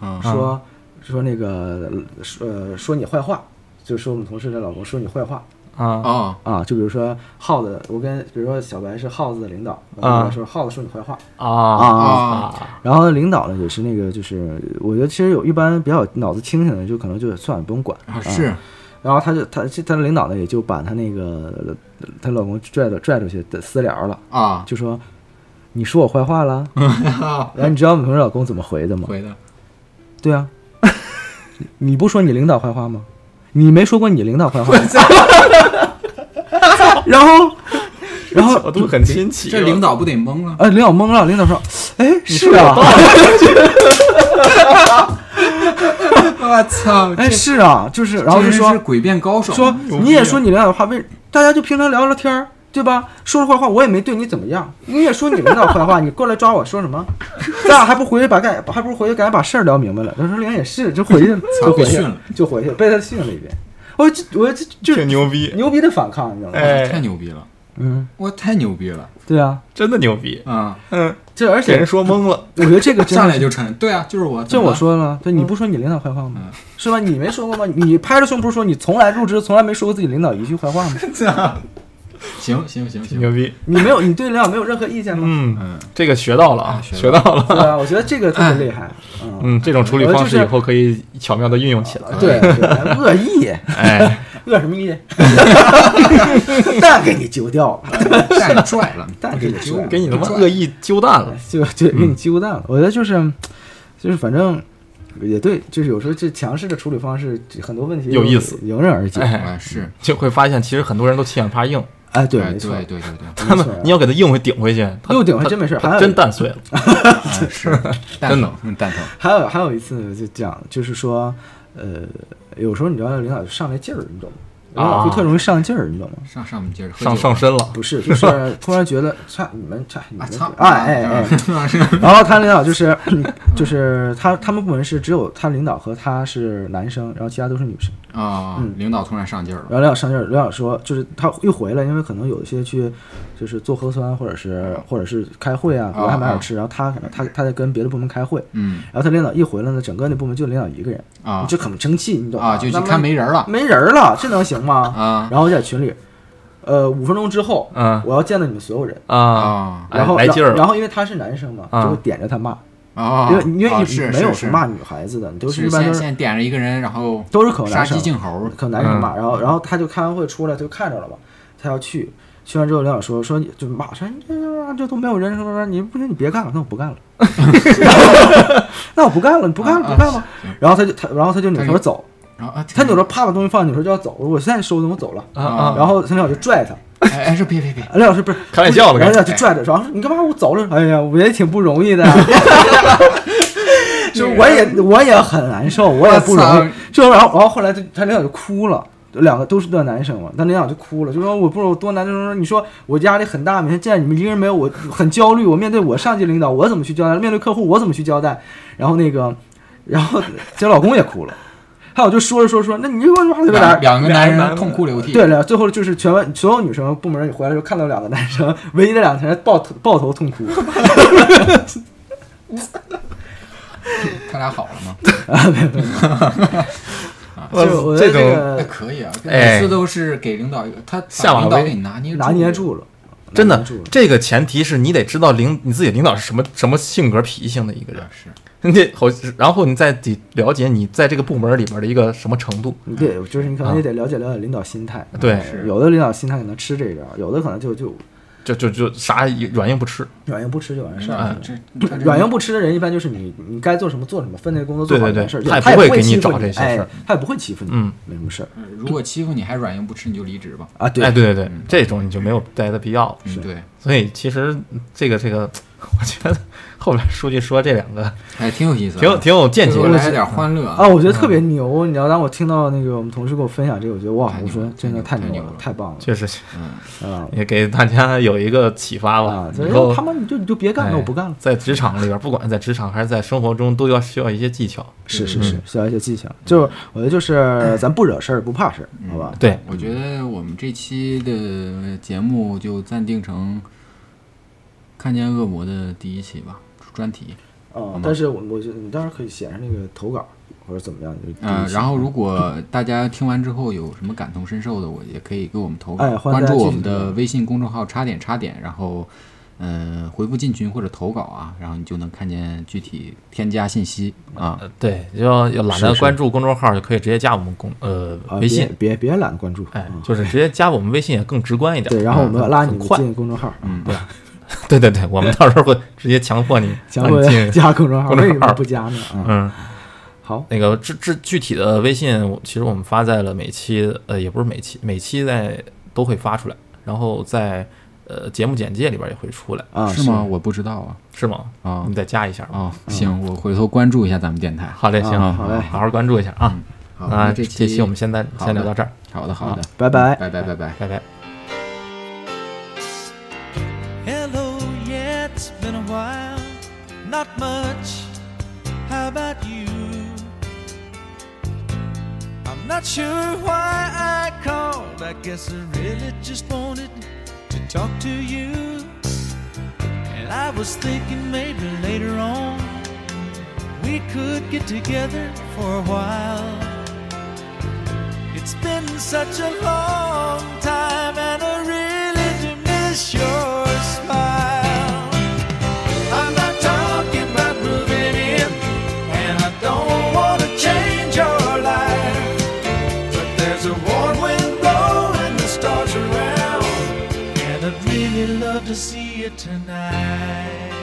嗯，说说那个呃说你坏话，就说我们同事的老公说你坏话，啊哦，啊，就比如说耗子，我跟比如说小白是耗子的领导，我跟啊他说耗子说你坏话啊啊然后领导呢也是那个就是，我觉得其实有一般比较脑子清醒的，就可能就哎算了不用管啊是，然后他就他他的领导呢也就把他那个她老公拽了拽出去的私聊 *laughs* 了，啊，就说你说我坏话了，然后你知道我们同事老公怎么回的吗？回的对 *laughs* 啊，你不说你领导坏话吗？你没说过你领导 *laughs* 坏话吗？然后，然后我都很新奇。这领导不得懵了？哎，领导懵了，领导说：“哎，是 *laughs* 啊，我操！哎，是啊，就是。”然后就这人是说诡辩高手，啊说你也说你领导坏话，为大家就平常聊聊天儿，对吧？说说坏话，我也没对你怎么样，你也说你领导坏话，你过来抓我说什么？咱俩还不回去把赶，还不如回去赶紧把事儿聊明白了。他说领导也是，就回去了，操就回被去训了，就回去，被他训了一遍。我这我这就是挺牛逼，牛逼的反抗，你知道吗？太哎，牛逼了，嗯，我太牛逼了对啊，真的牛逼。啊！嗯，这而给人且说懵了。我觉得这个真上的来就承认，对啊，就是我，就怎么我了，说了，对，你不说你领导坏话吗嗯？是吧？你没说过吗？你拍着胸脯说你从来入职从来没说过自己领导一句坏话吗？ *laughs* 行行行挺行，牛逼，你没有，你对领导没有任何意见吗？嗯，嗯，这个学到了啊，学学到了，对吧？我觉得这个特别厉害，嗯，嗯，这种处理我方就式是以后可以巧妙的运用起来，对，对恶意，哎，恶什么意？ *laughs* 蛋给你揪掉了，蛋拽 *laughs* 了，蛋给你揪揪了，给你他妈恶意揪蛋了，就就给你揪蛋了。我觉得就是，就是反正也对，就是有时候这强势的处理方式，很多问题有意思迎刃而解。哎，哎是，就会发现其实很多人都欺软怕硬，哎，对，哎没错，对对 *laughs* 对对，他他们你要给他硬回顶回去，他又顶还他真没事儿，还他有真蛋碎了，哎 *laughs* 是蛋真的疼，嗯蛋疼，还有还有一次就讲，就是说，呃，有时候你知道领导就上来劲儿，你懂吗？领导会特容易上劲儿，你懂吗？上上面接着喝上酒上身了，不是，就是突然觉得，操你们，操你啊们操，，哎哎 *laughs* 哎！ *laughs* 然后他领导就是 *coughs* 就是他他们部门是只有他领导和他是男生，然后其他都是女生。啊！嗯领导突然上劲儿了，*laughs* 然后领导上劲儿，领导说就是他又回来，因为可能有一些去就是做核酸或者是或者是开会啊，比如还买点吃，然后他可能他他在跟别的部门开会，嗯然后他领导一回来呢，整个那部门就领导一个人。啊你就很生气，你懂吗？啊，就去那么看没人 *laughs* 了没人儿了，这能行吗？啊然后我就在群里，呃，五分钟之后，嗯我要见到你们所有人。啊，啊哎然后，来劲儿然了，然后因为他是男生嘛，啊就会点着他骂，啊！因为因为啊你是没有是骂女孩子的，你都是一般先都是先点着一个人，然后都是可能杀男生鸡，儆 *laughs* 猴，可能男生骂。然后然后他就开完会出来，他就看着了嘛，他要去。去完之后，领导说说你就马上这这这都没有人什么什么，你不行你别干了，那我不干了， *laughs* 那我不干了，你不干了啊不干了行。然后他就他然后他就扭他头就走，然后啊，他扭头啪把东西放，扭头就要走，我现在收东西，我走了。啊啊，然后陈领导就拽他，哎哎，说别别别， *laughs* 哎，老师不是开玩笑的然后领导就拽着说：“你干嘛？我走了。” *laughs* 哎呀，我也挺不容易的， *laughs* 就我也我也很难受，我也不容我易。就然后然后后来他他领导就哭了。两个都是段男生嘛，但领导就哭了，就说我不是我多难，就是说你说我压力很大，每天见你们一个人没有，我很焦虑，我面对我上级领导我怎 *laughs* 么去交代，面对客户我怎么去交代，然后那个，然后这老公也哭了，还有就说着说着说着，那你这为什么两两个个男人痛哭流涕，对，了，最后就是全班所有女生部门回来的时候看到两个男生，唯一那两个男生抱头抱头痛哭他俩好了吗？啊啊就是我觉得这这那个可以啊，哎每次都是给领导一个，他把下马领导威给你拿捏拿捏，住了，真拿的捏住了，这个前提是你得知道领你自己领导是什么什么性格脾性的一个人啊，是 *laughs* 你得好，然后你再得了解你在这个部门里边的一个什么程度。你得就是你可能也得了解了解领导心态，嗯对，是有的领导心态可能吃这一招，有的可能就就就就就啥软硬不吃。软硬不吃就完事是儿。嗯啊，这他这软硬不吃的人，一般就是你，你该做什么做什么，分内工作做好对对对完事儿，他也他也不会不给你欺负找这些哎事儿他也不会欺负你，嗯，没什么事儿如果欺负你还软硬不吃，你就离职吧。啊。对，哎，对对对嗯，这种你就没有待的必要了。嗯，对，所以其实这个这个， *laughs* 我觉得后边书记说这两个哎，挺有意思啊，挺有挺有见给解我来的。哦点欢乐啊，！嗯我觉得特别牛。你知道，当我听到那个我们同事给我分享这个，我觉得哇太，牛我了说真的太太牛牛了了，太棒了确实嗯，啊也给大家有一个启发吧啊！。以就是后他们你就你就别干哎了，我不干了。在职场里边，不管在职场还是在生活中，都要需要一些技巧。是是是，需要一些技巧。就是我觉得就是咱不惹事儿，不怕事儿，好吧？对，我觉得我们这期的节目就暂定成《看见恶魔》的第一期吧，专题。啊，但是我我觉得你到时候可以写上那个投稿或者怎么样，你就嗯、然后如果大家听完之后有什么感同身受的，我也可以给我们投稿，哎欢迎关大家注我继续们投的稿微信公众号“插点插点”，然后嗯、呃回复进群或者投稿啊，然后你就能看见具体添加信息啊。呃对，要要懒得关注公众号，就可以直接加我们公呃啊，微信别，别别懒得关注，哎啊，就是直接加我们微信也更直观一点。对，然后我嗯们拉你很们快。进公众号，嗯，对对对，我们到时候会直接强迫你强让迫 *laughs* 你进。加公众号，公众为什么号不加呢？啊，嗯，好，那个具具具体的微信，我其实我们发在了每期，呃，也不是每期，每期在都会发出来，然后在呃节目简介里边也会出来，啊，嗯是吗？？我不知道啊。是吗？啊你再加一下吧。啊，行，我回头关注一下咱们电台。好嘞，行，啊好好嘞，好好关注一下啊。好，那那这这期我们先在好的先聊到这儿，好的，好的，拜拜。拜拜，拜拜。拜拜。 Hello, yeah, it's been a while. Not much. How about you? I'm not sure why I called. I guess I really just wanted to talk to you. And I was thinking maybe later on we could get together for a while. It's been such a long time, and I really do miss your smile. I'm not talking about moving in, and I don't want to change your life. But there's a warm wind blowing the stars around, and I'd really love to see you tonight.